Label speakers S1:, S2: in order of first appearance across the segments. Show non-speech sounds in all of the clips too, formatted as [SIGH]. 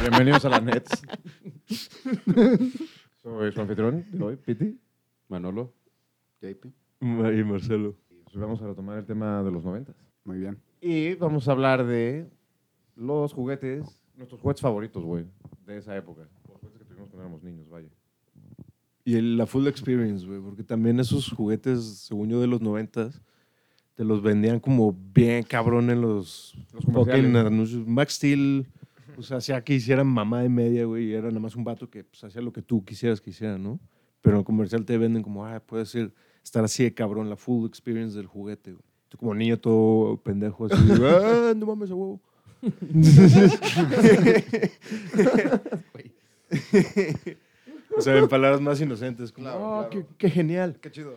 S1: Bienvenidos a la Nets. [LAUGHS] Soy su anfitrión de hoy, Piti, Manolo
S2: JP.
S3: Y Marcelo.
S1: Pues vamos a retomar el tema de los noventas.
S2: Muy bien.
S1: Y vamos a hablar de los juguetes, nuestros juguetes favoritos, güey, de esa época. Los juguetes que tuvimos cuando éramos niños, vaya.
S3: Y el- la full experience, güey, porque también esos juguetes, según yo, de los noventas, te los vendían como bien cabrón en los,
S1: Los comerciales.
S3: fucking anuncios. Max Steel, pues hacía que hicieran mamá de media, güey, y era nada más un vato que pues, hacía lo que tú quisieras que hiciera, ¿no? Pero en el comercial te venden como, ah, puede ser, estar así de cabrón, la full experience del juguete, güey. Tú como niño todo pendejo
S2: [LAUGHS]
S3: así, ah, no mames, a huevo. [LAUGHS] o sea, en palabras más inocentes, como,
S2: Claro,
S3: "Oh,
S2: claro.
S3: Qué, qué genial,
S2: Qué chido.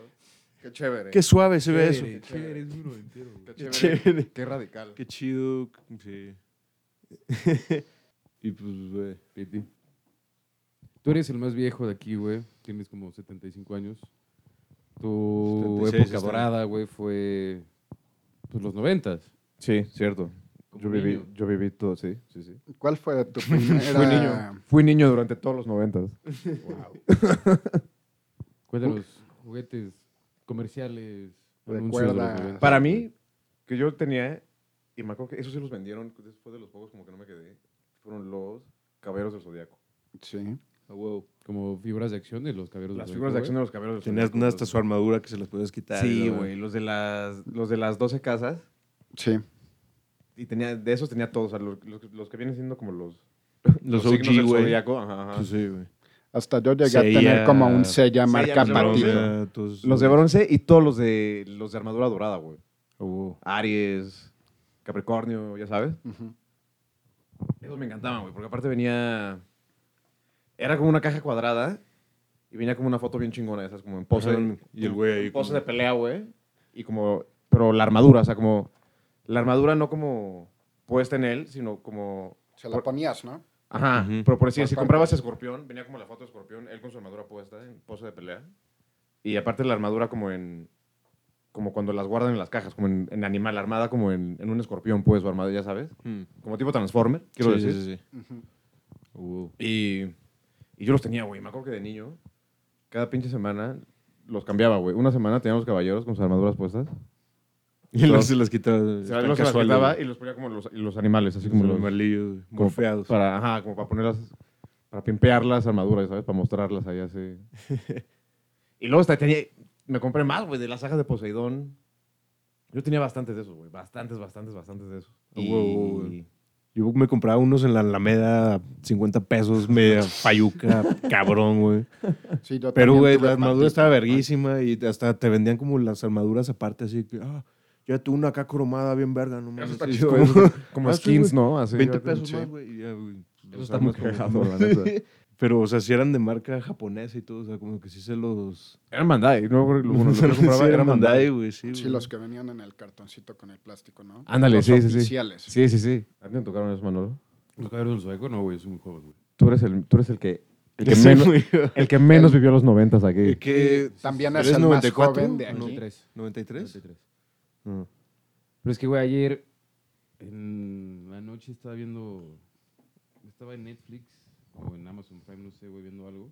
S2: Qué chévere.
S3: qué suave se ve eso.
S2: Qué chévere.
S4: eres duro entero, güey.
S2: Qué chévere.
S3: chévere.
S2: Qué radical.
S3: Qué chido,
S1: [LAUGHS]
S3: sí. y pues, güey.
S4: Piti. Tú eres el más viejo de aquí, güey. Tienes como 75 años. Tu época
S3: 76
S1: este
S3: está.
S4: dorada, güey, fue pues, los 90.
S1: Sí, cierto.
S4: Como
S1: Yo viví,
S4: niño.
S1: yo viví todo, sí, sí, sí.
S2: ¿Cuál [LAUGHS] fue tu primera?
S1: Fui niño. Fui niño durante todos los noventas.
S2: Wow.
S4: Cuéntanos juguetes comerciales. anuncios de los
S2: Recuerda-
S4: 90s,
S1: Para
S4: güey.
S1: mí, que yo tenía, y me acuerdo que esos sí los vendieron después de los juegos, como que no me quedé, fueron los Caballeros del Zodíaco.
S2: Sí.
S3: A huevo.
S4: Como figuras de acción de los caballeros.
S1: Las
S4: del
S1: figuras de acción
S4: Zodíaco,
S1: de los Caballeros del
S3: Tenías
S1: Zodíaco.
S3: hasta su armadura que se las podías quitar.
S1: Sí,
S3: y la-
S1: güey, los de las los de las 12 casas
S2: Sí.
S1: y tenía de esos tenía todos, o sea, los, los- los que vienen siendo como los
S3: Los,
S1: signos
S3: OG,
S1: del
S3: güey.
S1: zodiaco, ajá, ajá.
S3: Pues sí, güey.
S2: Hasta yo llegué
S3: Sella-
S2: a tener como un sella
S1: Sella
S2: marca
S1: bronce.
S2: patito.
S3: Era todos-
S1: Los de bronce y todos los de los de armadura dorada, güey.
S3: A Ah, huevo.
S1: Aries, Capricornio, ya sabes.
S2: Ujú.
S1: Esos me encantaban, güey, porque aparte venía era como una caja cuadrada y venía como una foto bien chingona, esas como en pose
S3: Ajá, y el güey ahí
S1: en pose
S3: como-
S1: de pelea, güey, y como pero la armadura, o sea, como la armadura no como puesta en él, sino como
S2: Se la ponías, ¿no?
S1: Ajá,
S3: Ujú.
S1: pero por decir,
S2: Por parte.
S1: si comprabas escorpión, venía como la foto de escorpión, él con su armadura puesta en pose de pelea. Y aparte la armadura como en... Como cuando las guardan en las cajas, como en, en animal armada, como en, en un escorpión, pues, su armadura, ya sabes.
S3: Hmm.
S1: Como tipo Transformer, quiero
S3: Sí,
S1: decir.
S3: sí, sí.
S2: Ujú.
S3: A huevo.
S1: Y, y yo los tenía, güey. Me acuerdo que de niño, cada pinche semana los cambiaba, güey. Una semana teníamos caballeros con sus armaduras puestas.
S3: [LAUGHS] Y luego se las quitaba.
S1: Se
S3: tan
S1: los
S3: casual,
S1: quitaba
S3: güey.
S1: y los ponía como los, y los animales, así
S3: Así
S1: como
S3: como
S1: los...
S3: los malillos, güey,
S1: como
S3: morfeados.
S1: Para, ajá, como para ponerlas, para pimpear las armaduras, ¿sabes? Para mostrarlas ahí así.
S3: [LAUGHS]
S1: y luego hasta tenía, me compré más, güey, de las sagas de Poseidón. Yo tenía bastantes de esos, güey. Bastantes, bastantes, bastantes de esos.
S3: Ah, güey, güey, güey. Yo me compraba unos en la Alameda, 50 pesos, media
S1: [LAUGHS]
S3: payuca, cabrón, güey.
S2: Sí, yo
S3: Pero,
S2: también
S3: güey,
S2: tuve
S3: la armadura
S2: patito.
S3: estaba verguísima y hasta te vendían como las armaduras aparte, así que, ah, ya tuve una acá cromada bien verga, no mames.
S1: está
S3: Sí,
S1: chido,
S3: como-
S1: eso. Como
S3: Ah, sí,
S1: skins,
S3: güey.
S1: ¿no? Así,
S3: 20
S1: yo tenía-
S3: pesos
S2: sí.
S3: más, güey. y ya, güey, los
S1: está muy
S3: armas
S1: cagado,
S3: como-
S1: la neta.
S3: [LAUGHS] Pero, o sea, si eran de marca japonesa y todo, o sea, como que sí se los...
S1: Eran Mandai, ¿no? Porque Bueno,
S3: [LAUGHS]
S1: los que
S3: Sí,
S1: yo compraba
S3: eran
S1: eran Mandai.
S3: güey, sí,
S2: Sí,
S3: güey.
S2: los que venían en el cartoncito con el plástico, ¿no?
S1: Ándale,
S2: Los
S1: sí, sí, sí.
S2: oficiales.
S1: Sí, sí, sí. ¿A ti te tocaron esos, Manolo?
S4: Los caballeros del Zodíaco, no, güey, es muy joven, güey.
S1: Tú eres el, tú eres el que... El que,
S3: Sí, [LAUGHS]
S1: menos,
S3: güey.
S1: el que menos vivió los noventas aquí.
S3: ¿Y qué?
S2: También es
S3: ¿Eres
S2: el
S3: 94?
S2: más joven de
S3: No,
S2: aquí.
S4: Ah, tres.
S3: 93.
S1: Mm.
S4: Pero es que, güey, ayer en la noche estaba viendo. Estaba en Netflix o en Amazon Prime, no sé, güey, viendo algo.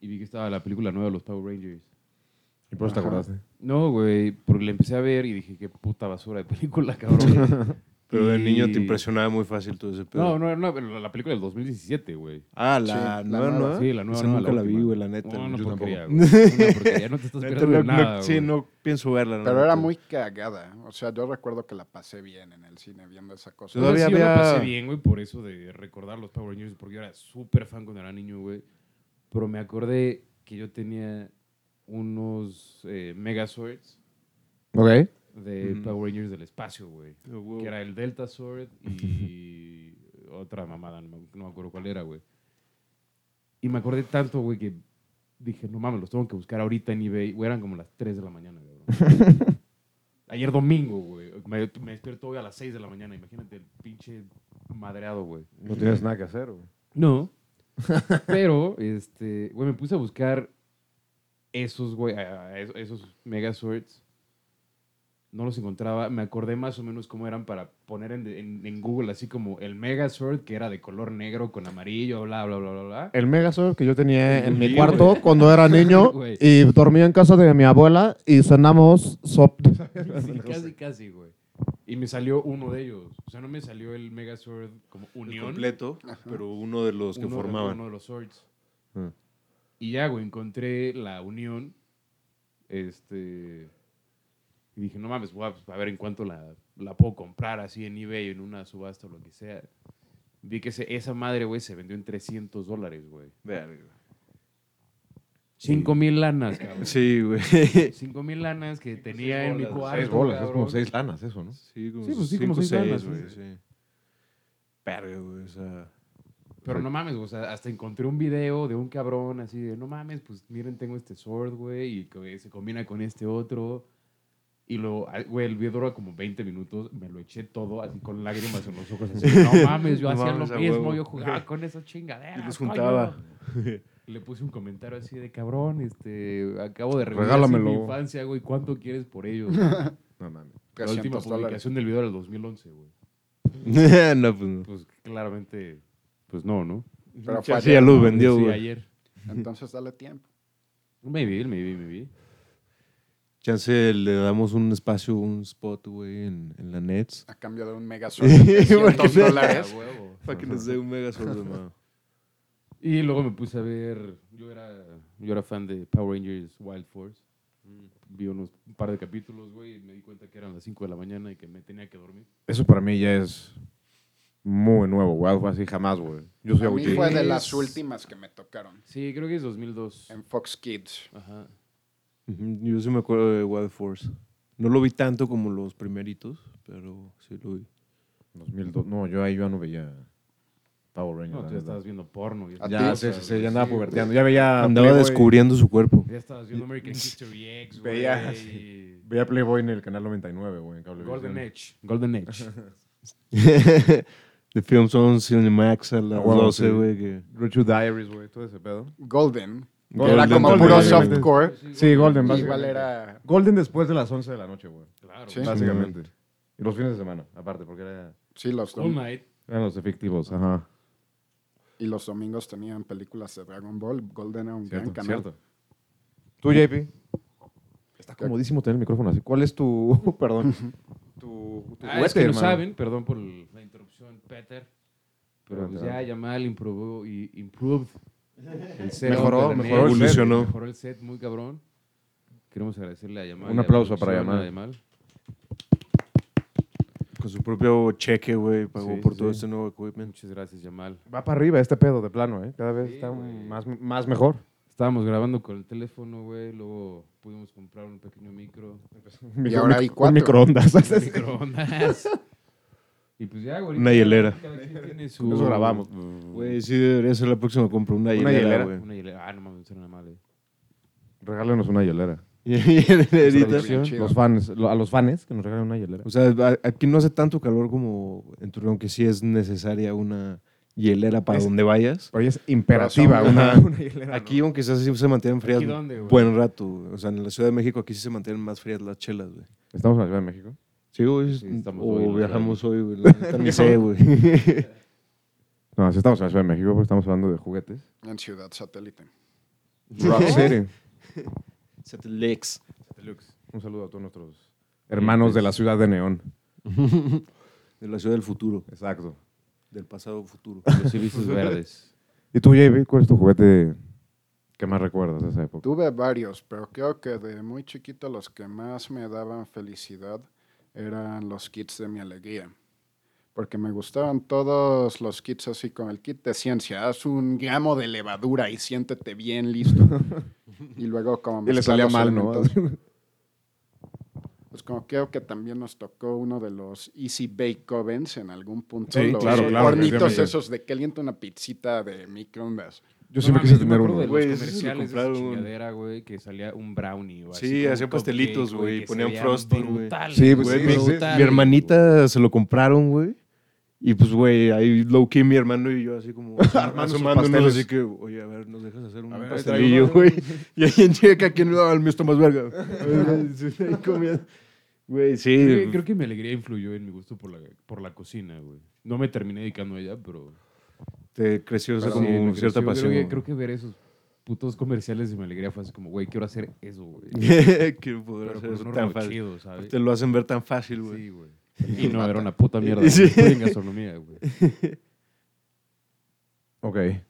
S4: Y vi que estaba la película nueva de los Power Rangers.
S1: Y por eso te
S2: Ajá.
S1: acordaste.
S4: No, güey, porque la empecé a ver y dije, qué puta basura de película, [LAUGHS] cabrón.
S3: [LAUGHS] Pero de niño
S4: Y-
S3: te impresionaba muy fácil todo ese
S4: No,
S3: pedo.
S4: no, no, pero la película del 2017, güey.
S3: Ah, la
S2: Sí, la
S3: nueva,
S2: nueva.
S3: nueva.
S4: Sí, la nueva,
S3: Esa
S4: nueva,
S3: nunca la, vi,
S4: última.
S3: güey, la neta.
S4: No,
S3: güey,
S4: no,
S3: yo tampoco.
S4: porquería, güey. Una porquería, no te estás
S3: La [LAUGHS] neta,
S4: esperando
S3: no-
S4: de
S3: no-
S4: nada,
S3: sí,
S4: güey.
S3: no pienso verla. la
S2: Pero era
S3: neta.
S2: muy cagada. ¿eh? O sea, yo recuerdo que la pasé bien en el cine viendo esa cosa.
S4: Todavía
S3: Todavía
S4: sí, yo la
S3: había-
S4: pasé bien, güey, por eso de recordar los Power Rangers, porque yo era súper fan cuando era niño, güey. Pero me acordé que yo tenía unos eh, Megazords
S1: Ok.
S4: de
S3: Ujú.
S4: Power Rangers del espacio, güey.
S3: Ah, güey.
S4: Que era el Delta Sword y otra mamada, no me, no me acuerdo cuál era, güey. Y me acordé tanto, güey, que dije, no mames, los tengo que buscar ahorita en eBay. Güey, eran como las 3 de la mañana, güey. Ayer domingo, güey. Me, me despierto hoy a las 6 de la mañana. Imagínate el pinche madreado, güey.
S1: No tienes nada que hacer, güey.
S3: [LAUGHS]
S4: No. Pero, este, güey, me puse a buscar esos, güey, a- a- a esos, esos Megazords. No los encontraba. Me acordé más o menos cómo eran para poner en, en- en Google así como el Megazord, que era de color negro con amarillo, bla, bla, bla, bla,
S3: [LAUGHS]
S4: bla.
S1: El Megazord que yo tenía en
S4: Sí,
S1: mi
S4: güey.
S1: cuarto cuando [LAUGHS] era niño
S4: Güey.
S1: y dormía en casa de mi abuela y cenamos sop.
S4: Sí, casi, casi, güey. Y me salió uno de ellos. O sea, no me salió el Megazord como
S3: El
S4: unión.
S3: completo, pero uno de los que
S4: uno-
S3: formaban.
S4: Uno de los swords.
S3: Ah.
S4: Y ya, güey, encontré la unión. Este. Y dije, no mames, voy a, a ver en cuánto la, la puedo comprar así en eBay, en una subasta o lo que sea. Vi que ese- esa madre, güey, se vendió en 300 dólares, güey.
S3: Verga.
S4: 5 mil lanas, cabrón.
S3: Sí, güey.
S4: 5 mil lanas que tenía en mi
S3: bolas,
S4: cuarto.
S1: Seis bolas, es como
S4: cabrón.
S1: seis lanas eso, ¿no?
S3: Sí, como
S4: Sí, pues sí, como
S3: cinco,
S4: seis
S3: seis,
S4: bandas,
S3: güey,
S4: sí,
S3: sí. Verga, güey, o sea...
S4: Pero no mames, o sea, hasta encontré un video de un cabrón así de, no mames, pues miren, tengo este sword, güey, y que se combina con este otro. Y lo, ah, güey, el video dura como 20 minutos, me lo eché todo así con lágrimas en los ojos. Así,
S3: [LAUGHS]
S4: de, no mames, yo
S3: No
S4: hacía
S3: mames,
S4: lo
S3: a
S4: mismo,
S3: huevo.
S4: yo
S3: [LAUGHS]
S4: jugaba con esas chingaderas.
S3: Y los
S4: coño".
S3: juntaba.
S4: Y Le puse un comentario así de, cabrón, este, acabo de revivir así
S1: Regálamelo.
S4: mi infancia, güey, ¿cuánto quieres por
S3: [LAUGHS]
S4: ello?
S1: No mames.
S4: La última
S2: 300 dólares.
S4: publicación del video era el 2011, güey.
S3: [LAUGHS] no, pues no.
S4: Pues claramente, pues no, ¿no?
S2: Pero
S3: Sí,
S2: fue
S3: ya
S2: ayer,
S3: lo
S2: ¿no?
S3: vendió,
S4: Sí,
S3: güey.
S4: ayer.
S2: Entonces dale tiempo.
S4: Maybe, maybe, maybe.
S3: Chance le damos un espacio, un spot, güey, en, en la Nets.
S2: A cambio de un mega sol de
S3: porque
S2: 300
S3: no-
S2: dólares.
S3: Para que nos dé un mega sordo, [LAUGHS]
S4: Y luego me puse a ver, yo era, yo era fan de Power Rangers Wild Force. Vi unos un par de capítulos, güey, y me di cuenta que eran las 5 de la mañana y que me tenía que dormir.
S1: Eso para mí ya es muy nuevo, güey. Algo así jamás, güey. Yo soy
S2: A mí fue
S1: agüitero.
S2: de las últimas que me tocaron.
S4: Sí, creo que es 2002.
S1: Em,
S2: En Fox Kids.
S4: Ajá.
S3: Yo sí me acuerdo de Wild Force. No lo vi tanto como los primeritos, pero sí lo vi.
S1: 2002. No, yo ahí yo ya no veía Power Rangers.
S4: No,
S1: la
S4: tú ya
S1: neta.
S4: estabas viendo porno.
S2: A ti,
S1: ya,
S2: o
S1: Ah,
S4: sé,
S1: sí, sí, sí, ya andaba puberteando. Ya veía.
S3: Andaba
S1: Playboy-
S3: descubriendo su cuerpo.
S4: Ya estabas viendo American History X, güey.
S1: Veía, sí. Veía Playboy en el canal 99, güey. en cablevisión.
S4: Golden Edge. Golden Edge.
S1: [LAUGHS]
S3: [LAUGHS] The Film Zone Cinemax a las
S1: Ah, bueno,
S3: 12,
S1: sí.
S3: güey. que-
S1: Richard Diaries, güey. Todo ese pedo.
S2: Golden. que
S1: Golden,
S2: era como
S1: Golden,
S2: puro
S1: Golden.
S2: softcore.
S1: Sí, Golden,
S2: Igual
S1: básicamente.
S2: era.
S1: Golden después de las 11 de la noche, güey.
S4: Claro.
S2: Sí.
S1: Básicamente. Y los fines de semana, aparte, porque era-
S2: Sí, los
S4: All
S2: domingos.
S4: Night.
S1: eran los efectivos. Ajá.
S2: Y los domingos tenían películas de Dragon Ball. Golden era un gran
S1: Cierto,
S2: canal.
S1: cierto. Tú, JP. Está comodísimo tener el micrófono así. ¿Cuál es tu. [LAUGHS] Perdón. Tu, tu
S4: Ah, es que no
S1: hermano?
S4: saben, perdón por el- la interrupción, Peter. Pero
S1: Perdón,
S4: pues ya
S1: perdón.
S4: Yamal improbó y improved. El set
S1: Mejoró,
S4: de Nets,
S1: mejoró el set.
S3: Evolucionó.
S4: Mejoró el set, muy cabrón. Queremos agradecerle a Yamal.
S1: Un
S4: y a
S1: aplauso para
S4: producción, a
S3: Con su propio cheque, güey, pagó
S4: Sí,
S3: por
S4: sí,
S3: todo
S4: sí.
S3: este nuevo equipment.
S4: Muchas gracias, Yamal.
S1: Va para arriba este pedo de plano, ¿eh? Cada vez
S4: Sí,
S1: está
S4: güey.
S1: más, más mejor.
S4: Estábamos grabando con el teléfono, güey. Luego pudimos comprar un pequeño micro.
S1: Micro-
S2: ahora
S1: [LAUGHS]
S2: hay
S1: un
S2: cuatro. [LAUGHS]
S1: [LAUGHS] microondas.
S4: un microondas. y pues ya, güey.
S3: Una hielera.
S4: Cada quien tiene su-
S1: Eso grabamos.
S3: Güey, sí debería ser la próxima compra, una
S1: Una
S3: hielera,
S1: hielera.
S3: güey. [LAUGHS]
S4: Una hielera. Ah, no mames, suena mal, eh.
S1: Regálenos una hielera.
S3: Hielerita.
S2: Producción. chido.
S1: Los fans, lo- a los fans que nos regalen una hielera.
S3: O sea, a- aquí no hace tanto calor como en Torreón, que sí es necesaria una hielera para
S1: Es-
S3: donde vayas.
S1: Oye, es imperativa
S2: Razón.
S1: una,
S3: Ajá.
S1: una hielera.
S3: Aquí, aunque sea así, se mantienen frías
S4: ¿Aquí dónde, güey?
S3: buen rato. güey. O sea, en la Ciudad de México aquí sí se mantienen más frías las chelas, güey.
S1: [LAUGHS] ¿Estamos en la Ciudad de México?
S3: Sí, güey.
S4: Sí, estamos
S3: o
S4: hoy en la
S3: viajamos
S4: [LAUGHS]
S3: hoy, güey. La neta ni sé, güey.
S1: No, sí estamos en la Ciudad de México porque estamos hablando de juguetes.
S2: En Ciudad Satélite.
S1: Rock
S3: [LAUGHS]
S1: City.
S3: Satellix.
S1: Un saludo a todos nuestros hermanos de la Ciudad de Neón.
S3: De la ciudad del futuro,
S1: Exacto.
S3: del pasado futuro.
S4: Los
S1: [LAUGHS]
S4: servicios verdes.
S1: ¿Y tú, JB, cuál es tu juguete que más recuerdas de esa época?
S2: Tuve varios, pero creo que de muy chiquito los que más me daban felicidad eran los kits de mi alegría. Porque me gustaban todos los kits así con el kit de ciencia. Haz un gramo de levadura y siéntete bien listo.
S1: [LAUGHS]
S2: y luego como
S1: Y le
S2: mezclar
S1: salía
S2: los
S1: mal, ¿no? [LAUGHS]
S2: elementos. Pues como creo que también nos tocó uno de los Easy Bake Ovens en algún punto.
S1: Sí,
S2: los
S1: claro, claro,
S2: hornitos
S1: efectivamente.
S2: esos de calienta una pizzita de microondas.
S1: Yo
S4: No
S1: siempre
S4: mames,
S1: quise
S4: me
S1: tener
S4: acuerdo
S1: uno.
S4: De los
S3: Güey, sí, sí,
S4: comerciales de esa
S3: compraron.
S4: chingadera, güey, que salía un brownie. o así
S3: Sí,
S4: como un
S3: hacían pastelitos,
S4: cupcake,
S3: güey,
S4: que
S3: ponían
S4: se veían
S3: frosting, güey.
S4: brutales,
S1: Sí,
S3: Güey,
S1: pues sí,
S3: mi,
S1: sí.
S4: brutales,
S3: mi hermanita se lo compraron, güey. Y pues, güey, ahí low-key mi hermano y yo así como
S1: sus
S3: asomándonos
S1: pasteles.
S3: así que, oye, a ver, nos dejas hacer un
S1: A ver, ahí
S3: [LAUGHS] pastelillo,
S1: traigo uno,
S3: güey. Y ahí en checa, ¿quién le daba el mío está más verga? A ver, güey, sí, ahí comiendo. Güey,
S4: Creo que-
S3: sí.
S4: creo que mi alegría influyó en mi gusto por la, por la cocina, güey. No me terminé dedicando a ella, pero...
S3: Te creció esa
S4: pero
S3: como
S4: sí, me
S3: cierta
S4: creció.
S3: pasión.
S4: Creo que,
S3: güey.
S4: creo que ver esos putos comerciales de mi alegría fue así como, güey, quiero hacer eso,
S3: [LAUGHS]
S4: güey.
S3: que poder
S4: Pero
S3: hacer
S4: con
S3: eso
S4: un
S3: tan
S4: tan
S3: fácil.
S4: chido, ¿sabes?
S3: Te lo hacen ver tan fácil, güey.
S4: Sí, güey. Y no, era una puta mierda.
S3: Sí.
S4: güey. Estoy en gastronomía, güey. [LAUGHS]
S1: Ok.
S4: Yeah,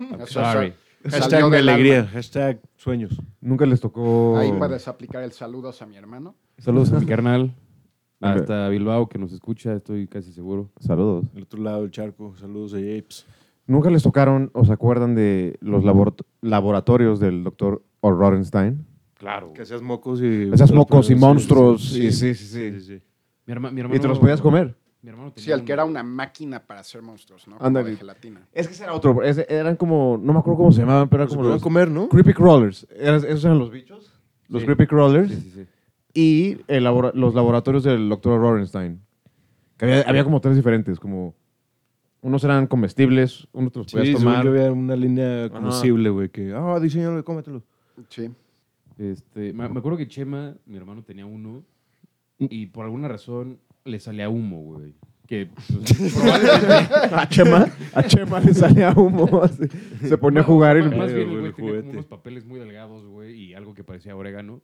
S4: I'm
S2: Eso
S4: sorry.
S2: Salió
S3: Hashtag mi
S2: del
S3: alegría, hashtag sueños.
S1: Nunca les tocó.
S2: Ahí puedes aplicar el saludos a mi hermano.
S4: Saludos a mi carnal.
S1: [LAUGHS] Ok.
S4: Hasta Bilbao, que nos escucha, estoy casi seguro.
S1: Saludos.
S3: Del otro lado del charco, saludos a Japes.
S1: ¿Nunca les tocaron o se acuerdan de los labor- laboratorios del doctor O'Rodenstein?
S4: Claro.
S3: Que seas mocos y.
S1: Esas mocos y
S3: Sí,
S1: monstruos.
S3: sí,
S1: Sí,
S3: sí.
S1: sí,
S3: Sí,
S1: sí. sí.
S3: sí, sí.
S4: Mi, herma- mi hermano...
S1: Y te los podías comer.
S4: Mi hermano
S2: Sí,
S4: tenía
S2: el
S4: un-
S2: que era una máquina para hacer monstruos, ¿no? Como
S1: Ándale.
S2: de gelatina.
S1: Es que ese era otro. ese- eran como. No me acuerdo cómo se llamaban, pero eran
S3: Pues
S1: como
S3: podían
S1: los.
S3: comer, ¿no?
S1: Creepy crawlers. Eras- esos eran los bichos. Los
S4: Sí.
S1: creepy crawlers.
S4: Sí, sí, sí.
S1: y el labora- los laboratorios del doctor Rorenstein. Que había, había como tres diferentes, como unos eran comestibles, unos te los
S3: Sí,
S1: podías tomar.
S3: yo había una línea
S1: Ajá.
S3: conocible, güey, que, ah, diseñalo, cómetelo.
S2: Sí.
S4: Este, me, me acuerdo que Chema, mi hermano, tenía uno y por alguna razón le salía humo, güey. Que pues, probablemente-
S1: [LAUGHS] a Chema, a Chema le salía humo, así. se ponía a jugar y
S4: más, más bien el
S3: Eh, güey,
S4: güey
S3: el
S4: tenía como
S3: juguete.
S4: unos papeles muy delgados, güey, y algo que parecía orégano.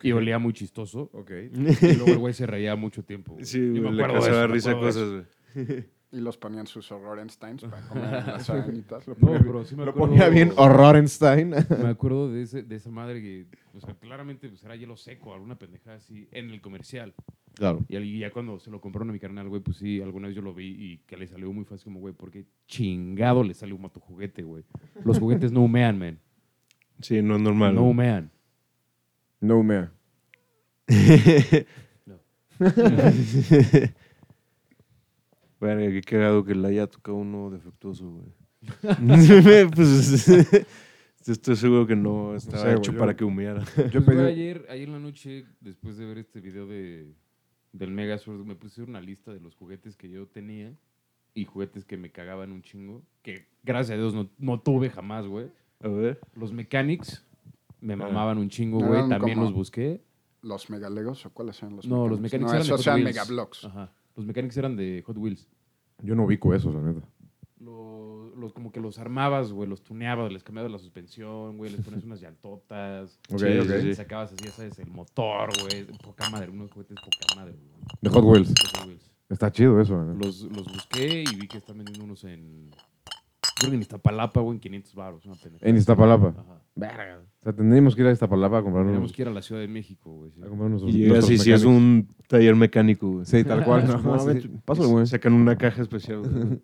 S4: Y olía muy
S3: [LAUGHS]
S4: chistoso. Y luego el güey se reía mucho tiempo. güey.
S3: Sí,
S4: Yo me
S3: güey, le
S4: acuerdo de
S3: causaba
S4: eso, me
S3: risa
S4: acuerdo de
S3: cosas,
S4: eso.
S3: güey.
S2: Y los ponían sus Horrorensteins para comer las arañitas.
S4: No, pero sí me
S1: Lo
S4: acuerdo.
S1: ponía bien Rorenstein.
S4: Me acuerdo de, ese, de esa madre que, o sea, claramente pues, era hielo seco, alguna pendejada así, en el comercial.
S1: Claro.
S4: Y al- y ya cuando se lo compraron a mi carnal, güey, pues sí, alguna vez yo lo vi y que le salió muy fácil, como, güey, porque chingado le sale humo a tu juguete, güey. Los juguetes no humean, man.
S3: Sí, no es normal.
S4: No
S3: güey. [LAUGHS]
S4: humean.
S1: No mea.
S3: [LAUGHS] Verga, qué cagado que le haya tocado uno
S4: [LAUGHS]
S3: defectuoso, güey. [LAUGHS] pues [LAUGHS] estoy seguro que no estaba
S1: sé, güey,
S3: hecho
S1: yo-
S3: para que humeara. [LAUGHS]
S4: Pues,
S1: Yo
S4: güey,
S1: pedí
S4: ayer, ayer en la noche, después de ver este video de, del Megazord, me puse una lista de los juguetes que yo tenía y juguetes que me cagaban un chingo, que gracias a Dios no, no tuve jamás, güey.
S3: A ver.
S4: Los Mechanics me
S3: Ah.
S4: mamaban un chingo,
S2: No
S4: güey.
S2: eran
S4: También
S2: como-
S4: los busqué.
S2: ¿Los megalegos o cuáles eran los
S4: No, los Mechanics
S2: No,
S4: eran de
S2: esos
S4: Hot
S2: eran
S4: Wheels.
S2: megablocks.
S4: Ajá. Los Mechanics eran de Hot Wheels.
S1: yo no ubico eso, la neta.
S4: lo- los- como que los armabas, güey, los tuneabas, les cambiabas la suspensión, güey, les pones unas llantotas,
S1: [LAUGHS] Ok,
S4: les
S1: ok.
S4: les sacabas así, ya sabes, el motor, güey, poca madre, unos juguetes poca madre, güey.
S1: De Hot Wheels.
S4: Hot Wheels.
S1: Está chido eso, la neta.
S4: Los, los busqué y vi que están vendiendo unos en, creo que en Iztapalapa, güey, en 500 baros, una pendejada.
S1: En Iztapalapa.
S4: Ajá.
S1: O sea, tendríamos que ir a Iztapalapa a comprar
S4: Tenemos
S1: unos.
S4: que ir a la Ciudad de México, güey. sí.
S1: A comprar unos
S3: Y llegas y si es un taller mecánico, güey.
S1: Sí, tal cual.
S3: [LAUGHS] No,
S1: no,
S3: a ver,
S1: sí.
S3: Pásale, güey. Sacan una caja especial. güey.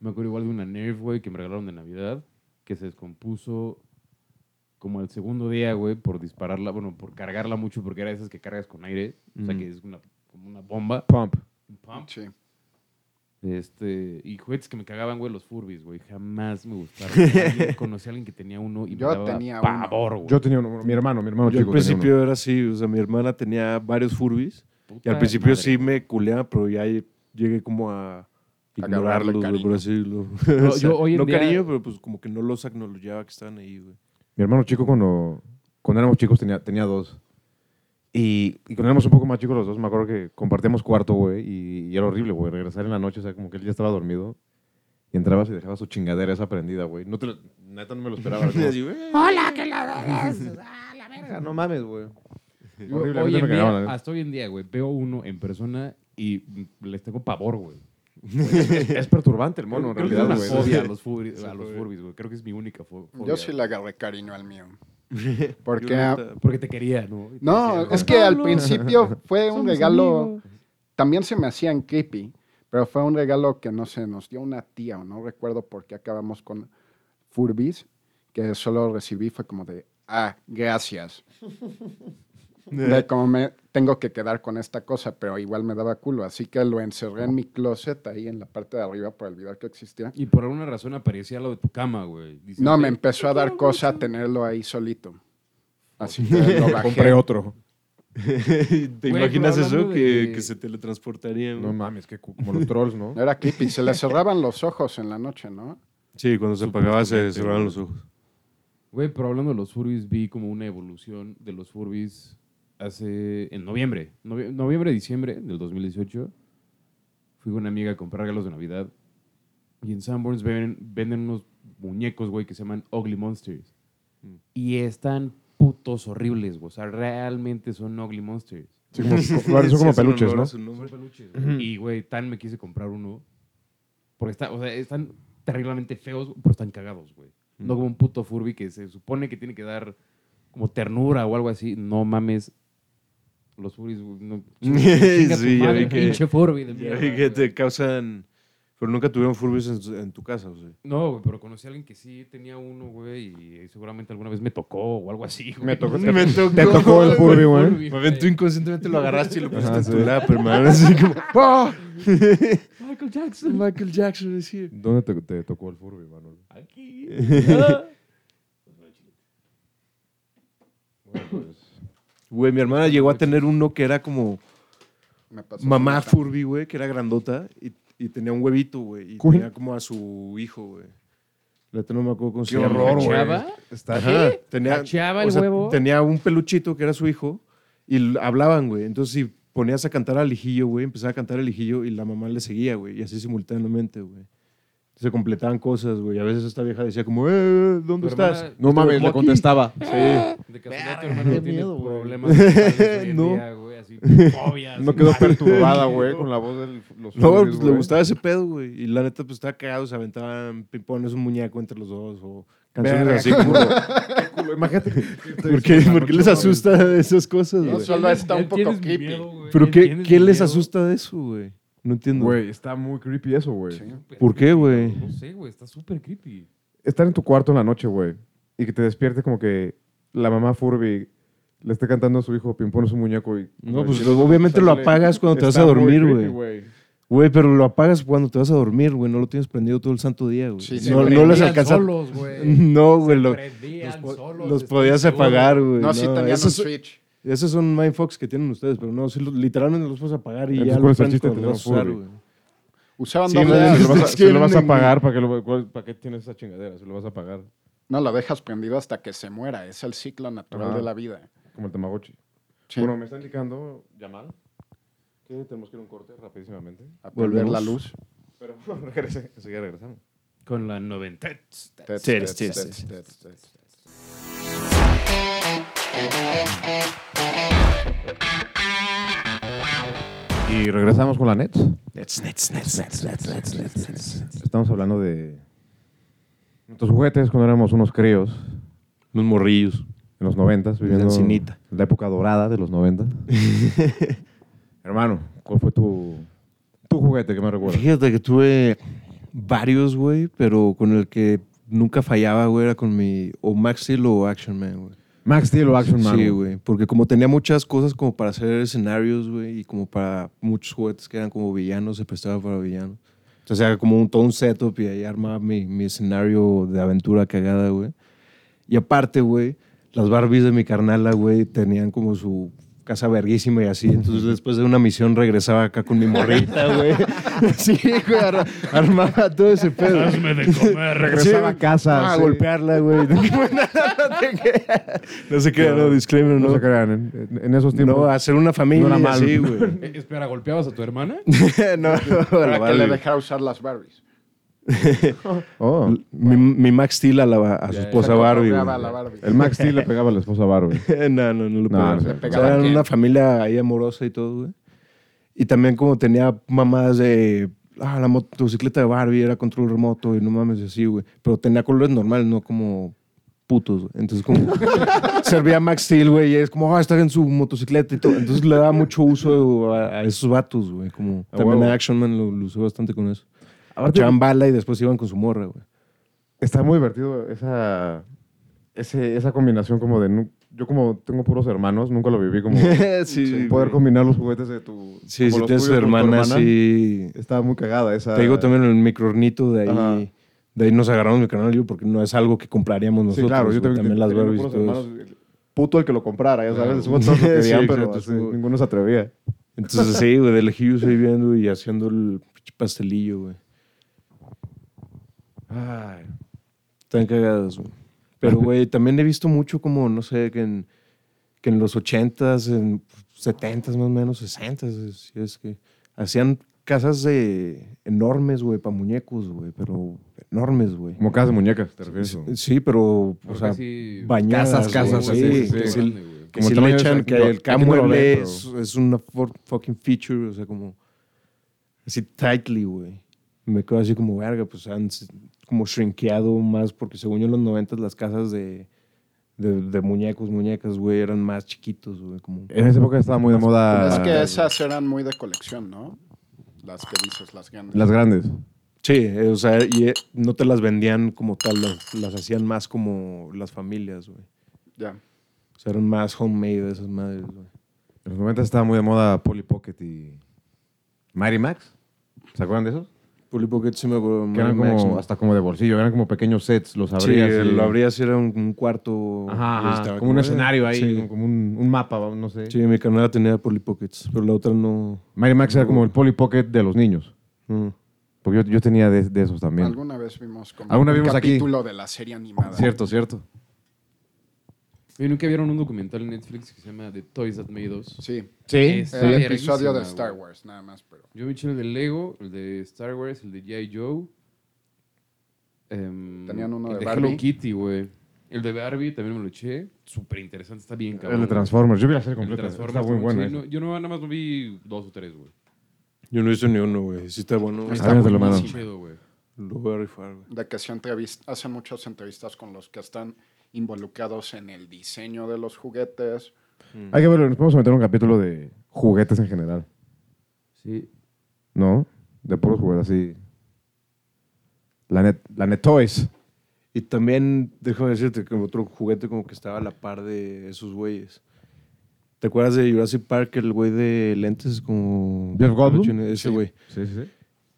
S4: Me acuerdo igual de una Nerf, güey, que me regalaron de Navidad, que se descompuso como al segundo día, güey, por dispararla, bueno, por cargarla mucho, porque era de esas que cargas con aire, o sea,
S3: Mm.
S4: que es una, como una bomba.
S1: Pump.
S4: un pump.
S2: Sí.
S4: Este, y juguetes que me cagaban, güey, los Furbies, güey, jamás me gustaron.
S3: [LAUGHS]
S4: Alguien- Conocí a alguien que tenía uno y
S2: Yo
S4: me daba
S2: tenía uno.
S4: pavor, güey.
S1: Yo tenía uno, mi hermano, mi hermano
S3: Yo
S1: chico.
S3: al
S1: tenía uno.
S3: principio era así, o sea, mi hermana tenía varios Furbies y
S4: Puta
S3: al principio
S4: Ah, madre.
S3: sí me culeaba, pero ya llegué como a
S2: Agarrarle
S3: ignorarlos, güey, por
S2: cariño.
S3: así decirlo. [LAUGHS]
S4: No,
S3: O sea,
S4: yo hoy en
S3: no
S4: día-
S3: cariño, pero pues como que no los acknowledgeaba que estaban ahí, güey.
S1: Mi hermano chico, cuando, cuando éramos chicos, tenía, tenía dos. Y, y cuando éramos un poco más chicos los dos, me acuerdo que compartíamos cuarto, güey, y, y era horrible, güey, regresar en la noche, o sea, como que él ya estaba dormido. Y entrabas y dejabas su chingadera esa prendida, güey. No te lo- neta no me
S3: [LAUGHS]
S1: lo esperaba. era como,
S5: Hola, que la ah, la verga.
S1: "Verga, no mames, güey.
S4: Yo
S1: Horrible, a mí
S4: hoy en
S1: también me cagaban,
S4: día-
S1: la neta.
S4: hasta hoy en día, güey, veo uno en persona y mm, les tengo pavor, güey. [LAUGHS] es, es perturbante el
S1: mono, en
S4: creo,
S1: realidad,
S4: que es una
S1: güey.
S4: fobia a los, furbi- a los Furbies, güey. Creo que es mi única fo- fobia.
S2: Yo sí le agarré cariño al mío.
S3: Yo
S2: Porque...
S3: neta-
S4: Porque te quería, ¿no? Y te
S2: No,
S4: decía,
S2: es que al principio fue un regalo... También se me hacían creepy, pero fue un regalo que, no sé, nos dio una tía o no recuerdo por qué acabamos con Furbis, que solo recibí fue como de, ah, gracias.
S3: Eh.
S2: [LAUGHS] de como me tengo que quedar con esta cosa, pero igual me daba culo. Así que lo encerré en mi closet ahí en la parte de arriba para olvidar que existía.
S4: Y por alguna razón aparecía lo de tu cama, güey. Dice,
S2: No, me
S4: "Te-
S2: empezó a dar cosa tenerlo ahí solito. Así que lo
S1: Compré
S2: bajé.
S1: otro.
S3: ¿Te
S4: Güey,
S3: imaginas
S4: pero
S3: eso?
S4: hablando
S3: Que,
S4: de-
S3: que se teletransportaría.
S1: No
S3: güey.
S1: mames, que cu- como los trolls, ¿no?
S2: Era creepy, se le cerraban los ojos en la noche, ¿no?
S3: Sí, cuando se apagaba se cerraban los ojos.
S4: Güey, pero hablando de los Furbies, vi como una evolución de los Furbies hace, en noviembre, novie- noviembre, diciembre del 2018, fui con una amiga a comprar regalos de Navidad y en Sanborns ven- venden unos muñecos, güey, que se llaman Ugly Monsters. Y están putos horribles, güey. O sea, realmente son Ugly Monsters.
S1: Sí, como, como-
S3: [LAUGHS]
S1: son como peluches, ¿no?
S4: Son peluches, güey. Y, güey, tan me quise comprar uno. Porque está, o sea, están terriblemente feos, pero están cagados, güey. No como un puto Furby que se supone que tiene que dar como ternura o algo así. No mames. Los Furbies, güey,
S3: [LAUGHS]
S4: no. Chinga tu
S3: Sí, ya
S4: madre,
S3: vi que-
S4: Pinche Furby de
S3: Ya
S4: mierda,
S3: vi que
S4: güey.
S3: te causan... Pero nunca tuvieron furbies en, su- en tu casa, o sea.
S4: No, güey, pero conocí a alguien que sí tenía uno, güey, y seguramente alguna vez me tocó o algo así, güey. [LAUGHS]
S1: Me tocó.
S3: Me tocó, Ah,
S1: Te tocó el
S3: güey.
S1: Furby, güey.
S3: Más bien tú inconscientemente lo agarraste y lo pusiste
S1: Ajá,
S3: en tu
S1: sí.
S3: lap, hermano. Así [LAUGHS] como, ¡ah!
S4: Michael Jackson.
S3: Michael Jackson es here.
S1: ¿Dónde te, te tocó el Furby, Manuel?
S4: Aquí. Ah.
S3: Güey, mi hermana llegó a tener uno que era como
S2: Me pasó
S3: mamá
S2: ahorita.
S3: Furby, güey, que era grandota y, y tenía un huevito, güey. Y
S1: Cool.
S3: tenía como a su hijo, güey. La tengo, no me acuerdo con
S1: Qué horror, güey.
S4: ¿Cachaba?
S1: Está
S3: Ajá, tenía,
S4: ¿Cacheaba
S3: o
S4: el
S3: sea,
S4: huevo?
S3: Tenía un peluchito que era su hijo y l- hablaban, güey. Entonces, si ponías a cantar al hijillo, güey, empezaba a cantar al hijillo y la mamá le seguía, güey. Y así simultáneamente, güey. Se completaban cosas, güey. A veces esta vieja decía como, eh, ¿dónde
S4: Tu
S3: estás?
S4: hermana-
S1: No mames, le contestaba.
S4: De casualidad tu
S3: [LAUGHS]
S4: hermano no tiene
S1: miedo, güey.
S4: problemas mentales hoy en
S3: No.
S4: día, güey, así, fobias.
S1: No quedó
S4: [LAUGHS]
S1: perturbada, güey, con la voz de los
S3: No,
S1: Furbies,
S3: pues le
S1: güey.
S3: gustaba ese pedo, güey. Y la neta, pues estaba cagado, se aventaban pimpones, un muñeco entre los dos o canciones
S1: Verga,
S3: así
S1: qué
S4: [LAUGHS]
S3: como...
S1: Culo, [LAUGHS] Imagínate.
S3: ¿Por qué, por qué les asusta [LAUGHS] esas cosas,
S2: No,
S3: güey?
S2: solo está un poco
S4: ¿Entiendes mi
S2: creepy.
S4: miedo, güey?
S3: ¿Pero qué,
S4: ¿Entiendes
S3: qué
S4: mi
S3: les
S4: miedo?
S3: asusta de eso, güey? No entiendo.
S1: Güey, está muy creepy eso, güey.
S2: Sí.
S3: ¿Por qué, güey?
S4: No sé, güey, está súper creepy.
S1: Estar en tu cuarto en la noche, güey, y que te despiertes como que la mamá Furby le esté cantando a su hijo Pimpón es un muñeco y...
S3: No, pues lo- obviamente lo apagas cuando te vas a dormir, güey. Güey, pero lo apagas cuando te vas a dormir, güey. No lo tienes prendido todo el santo día, güey.
S2: Sí, sí,
S3: no, no
S2: prendían
S3: les
S4: Prendían
S3: alcanzas. [LAUGHS]
S4: solos, güey.
S3: No, güey. lo-
S4: Prendían
S3: los, po-
S4: solos,
S3: los
S4: estoy
S3: podías
S4: seguro.
S3: apagar, güey.
S2: No, sí tenían un
S3: esos,
S2: Switch.
S3: esos son mindfucks que tienen ustedes, pero no, sí, lo- literalmente los puedes apagar y ya
S1: Entonces, ¿cuál
S3: lo
S1: es el
S3: prendes
S1: chiste de
S3: cuando lo vas a
S1: tener
S3: usar,
S1: un
S3: güey.
S2: Usaban
S3: Sí,
S2: doble
S3: güey.
S2: A.
S1: Se lo vas a,
S3: Es que
S1: se lo vas a
S3: no-
S1: pagar, ¿para qué, lo- cuál- para qué tienes esa chingadera? Se lo vas a pagar,
S2: No la dejas prendido hasta que se muera. Es el ciclo natural
S1: Ajá.
S2: de la vida.
S1: como el Tamagotchi.
S2: Sí.
S1: Bueno, me están indicando, Yamal, que tenemos que ir a un corte rapidísimamente.
S2: Aprender
S3: volvemos.
S2: la
S1: [LAUGHS]
S2: luz.
S1: Pero regrese, enseguida regresamos.
S4: Con la 90.
S2: Tets,
S3: Sí,
S2: tets,
S3: sí,
S2: tets,
S3: sí.
S2: tets, tets, tets.
S1: Y regresamos con la net.
S3: Nets, nets, nets, nets, nets, nets, nets, nets.
S1: Estamos hablando de nuestros juguetes cuando éramos unos críos
S3: Unos morrillos.
S1: en los noventas, viviendo
S3: Lancinita.
S1: la época dorada de
S3: [LAUGHS]
S1: los noventas. Hermano, ¿cuál fue tu, tu juguete que me recuerdas?
S3: Fíjate que tuve varios, güey, pero con el que nunca fallaba, güey, era con mi o Max Steel o Action Man, güey.
S1: Max Steel o Action Man. [LAUGHS]
S3: Sí, güey, porque como tenía muchas cosas como para hacer escenarios, güey, y como para muchos juguetes que eran como villanos, se prestaba para villanos. Entonces era como un, todo un setup y ahí armaba mi, mi escenario de aventura cagada, güey. Y aparte, güey, las Barbies de mi carnala, güey, tenían como su casa verguísima y así. Entonces, después de una misión, regresaba acá con mi [LAUGHS] morrita, güey. Sí, güey, ar- armaba todo ese pedo. Hazme de comer.
S1: Regresaba a casa,
S3: A
S1: sí.
S3: golpearla, [LAUGHS] güey. No se crean, no, disclaimer,
S1: No,
S3: no.
S1: se crean, en, en- en esos tiempos.
S3: No, hacer una familia
S1: No era
S3: y
S1: malo.
S3: así, güey.
S4: Eh, espera, ¿golpeabas a tu hermana?
S3: [LAUGHS] no, no,
S2: Para que
S3: la
S2: le
S3: Barbie.
S2: dejara usar las Barbies.
S1: [LAUGHS] Oh,
S3: Mi, mi Max Steel a, la- a su
S4: Ya,
S1: Pues
S3: esposa
S2: Se
S3: Barbie.
S2: cobraba
S3: güey.
S2: la Barbie.
S1: el Max Steel le pegaba a la esposa Barbie.
S3: [LAUGHS] no, no, no lo
S1: No,
S3: pegaba.
S1: no se
S3: O sea,
S2: pegaba.
S3: eran
S2: ¿Quién?
S3: una familia ahí amorosa y todo, güey. Y también como tenía mamás de... Ah, la motocicleta de Barbie era control remoto y no mames, y así, güey. Pero tenía colores normales, no como putos, güey. Entonces
S1: [LAUGHS]
S3: como... servía a Max Steel, güey, y es como, ah, está en su motocicleta y todo. Entonces le daba mucho uso a, a esos vatos, güey. Como,
S1: A
S3: también
S1: huevo.
S3: a Action Man lo, lo usó bastante con eso.
S1: Aparte-
S3: Echaban bala y después iban con su morra, güey.
S1: Está muy divertido esa, ese- esa combinación como de... nu- Yo como tengo puros hermanos, nunca lo [LAUGHS] viví como...
S3: sí,
S1: poder combinar los juguetes de tu...
S3: Sí,
S1: como
S3: si
S1: los
S3: tienes
S1: tuyos con tu
S3: hermana, sí.
S1: Estaba muy cagada esa...
S3: Te digo también el microornito de ahí.
S1: Ajá.
S3: De ahí nos agarramos mi canal, yo, porque no es algo que compraríamos
S1: Sí,
S3: nosotros.
S1: claro, yo
S3: güey.
S1: también,
S3: las
S1: tenía
S3: Barbies y
S1: puros
S3: todo eso.
S1: hermanos, el Puto el que lo comprara, ya
S3: Claro.
S1: sabes,
S3: [LAUGHS]
S1: supongo todos lo
S3: Sí,
S1: querían, pero
S3: exacto,
S1: así,
S3: supongo.
S1: ninguno se atrevía.
S3: Entonces, sí, güey, de lejillos ahí viendo y haciendo el pinche pastelillo, güey.
S1: Ay,
S3: Están cagadas, güey. Pero, güey, también he visto mucho como, no sé, que en, que que en los 80s, en 70s más o menos, 60s, es, es que hacían casas de enormes, güey, para muñecos, güey, pero enormes, güey.
S1: Como casas de muñecas, te refieres. o?
S3: Sí, pero, o sea,
S4: casi-
S3: bañadas, güey,
S1: Casas, casas,
S3: sí,
S1: así, sí,
S3: que
S1: sí.
S3: sí,
S4: grande, güey.
S3: que
S1: Como
S3: si
S1: el
S3: le
S1: tamaño de
S3: echan
S1: esa-
S3: que
S1: yo-
S3: el
S1: aquí no lo
S3: mueble
S1: ve,
S3: es, pues, es una for- fucking feature, o sea, como así tightly, güey. Me quedo así como verga, pues han s- como shrinkeado más, porque según yo en los 90 las casas de, de, de muñecos, muñecas, güey, eran más chiquitos, güey. Como...
S1: En esa época estaba muy de moda.
S2: Es que esas eran muy de colección, ¿no? Las que dices, las grandes.
S1: Las grandes.
S3: Sí, eh, o sea, y eh, no te las vendían como tal, las, las hacían más como las familias, güey.
S2: Ya.
S3: O sea, eran más homemade esas madres, güey.
S1: En los 90 estaba muy de moda Polly Pocket y. Mary Max. ¿Se acuerdan de esos?
S3: Polly Pocket sí me acuerdo.
S1: Que eran
S3: Mad Max,
S1: como,
S3: ¿no?
S1: hasta como de bolsillo, eran como pequeños sets, los
S3: Sí,
S1: abrías. y-
S3: lo abrías si era un, un cuarto.
S1: Ajá,
S3: y
S1: ajá,
S3: estaba
S1: como, un
S3: eh,
S1: escenario ahí,
S3: Sí,
S1: como un, un mapa, vamos, no sé.
S3: Sí, mi canal tenía Polly Pockets, pero la otra no.
S1: Mary Max era como el Polly Pocket de los niños.
S3: no.
S1: Porque yo, yo tenía de, de esos también. Oh,
S2: Alguna vez vimos como
S1: Alguna
S2: un
S1: vimos aquí.
S2: capítulo de la serie animada.
S1: Cierto, cierto.
S4: Oye, ¿Nunca vieron un documental en Netflix que se llama The Toys That Made Us?
S2: Sí.
S1: Sí.
S4: Está
S2: Era
S4: verguísima,
S2: episodio de
S4: güey.
S2: Star Wars, nada más, pero.
S4: Yo me eché el de Lego, el de Star Wars, el de G.I. Joe. em,
S2: Tenían uno
S4: el
S2: de
S4: de
S2: Barbie.
S4: Hello Kitty, güey. El de Barbie también me lo eché. Súper interesante, está bien cabrón.
S1: El de Transformers. Yo vi la serie
S4: El de
S1: completa.
S4: Transformers,
S1: Está muy
S4: sí,
S1: buena.
S4: no-
S1: esa.
S4: yo no, nada más vi dos o tres, güey.
S3: Yo no hice ni uno, güey. Sí está bueno. güey.
S1: Está- te lo mando.
S2: buenísimo.
S4: Chido, güey.
S3: Lo voy a rifar, güey.
S2: de que se entrevist- hacen muchas entrevistas con los que están involucrados en el diseño de los juguetes.
S1: Hay que verlo. Nos podemos meter un capítulo de juguetes en general.
S4: Sí.
S1: ¿No? De puros juguetes así. La net, la net Toys.
S3: Y también, déjame decirte que otro juguete como que estaba a la par de esos güeyes. ¿Te acuerdas de Jurassic Park, el güey de lentes como...
S1: Jeff Goldblum?
S3: Ese güey.
S1: Sí, sí, sí.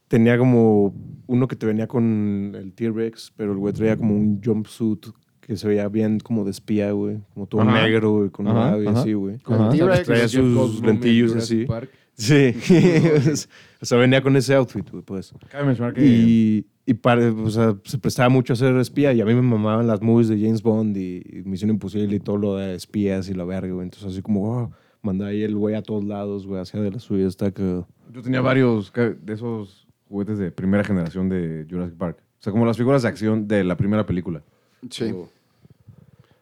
S3: tenía como uno que te venía con el T-Rex, pero el güey traía como un jumpsuit que se veía bien como de espía, güey. Como todo
S1: Ajá.
S3: negro, güey, con
S1: Ajá,
S3: una ave y
S1: ajá.
S3: así, güey.
S1: Ajá.
S2: El T-Rex,
S3: Traía
S2: Jeff
S3: sus
S4: Goldblum en
S3: lentillos
S4: Jurassic
S3: así.
S4: Park.
S3: Sí. [LAUGHS] o sea, venía con ese outfit, güey, pues.
S1: Cabe mencionar que.
S3: Y, y pare- o sea, se prestaba mucho a ser espía. Y a mí me mamaban las movies de James Bond y, y Misión Imposible y todo lo de espías y la verga, güey. Entonces, así como, oh, mandaba ahí el güey a todos lados, güey, hacia de la suya. Está que...
S1: Yo tenía varios ca- de esos juguetes de primera generación de Jurassic Park. O sea, como las figuras de acción de la primera película.
S2: Sí.
S4: Oh.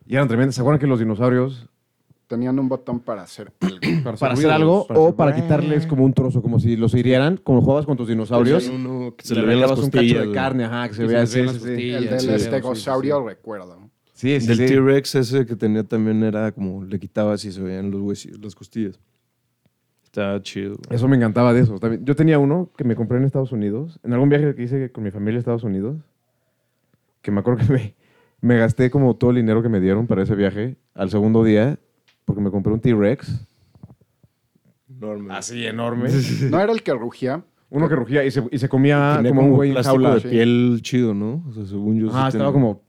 S1: Y eran tremendas. ¿Se acuerdan que los dinosaurios
S2: Tenían un botón
S4: [CLEARS THROAT]
S2: para hacer algo.
S1: para hacer
S4: ruidos,
S1: algo
S3: para
S1: o
S3: hacer-
S1: para quitarles como un trozo, como si los hirieran, como jugabas con tus dinosaurios.
S3: Había uno que
S1: se
S3: se
S1: le
S3: le veían las
S1: regalabas un cacho
S3: costillas,
S1: de
S3: güey.
S1: carne, ajá, que se
S4: Y se
S1: vea
S4: les
S1: así.
S4: veían las
S1: Sí, sí.
S4: costillas.
S2: el del
S4: sí, sí, sí.
S2: estegosaurio, recuerdo.
S1: sí, sí,
S3: Del
S1: sí.
S3: T-Rex ese que tenía también era como le quitabas y se veían los huesillos, las costillas. Estaba chido. güey.
S1: Eso me encantaba de eso. Yo tenía uno que me compré en Estados Unidos, en algún viaje que hice con mi familia a Estados Unidos, que me acuerdo que [LAUGHS] me, me gasté como todo el dinero que me dieron para ese viaje al segundo día, porque me compré un T-Rex.
S3: Enorme.
S1: Así enorme.
S2: No era el que rugía.
S1: [LAUGHS] Uno que rugía y se, y se comía
S3: Tenía
S1: Ah, como un güey en
S3: plástico
S1: jaula.
S3: de
S2: sí.
S3: piel chido, ¿no? O sea, según yo. sí
S1: Ah, estaba
S3: tenía- [LAUGHS]
S1: como,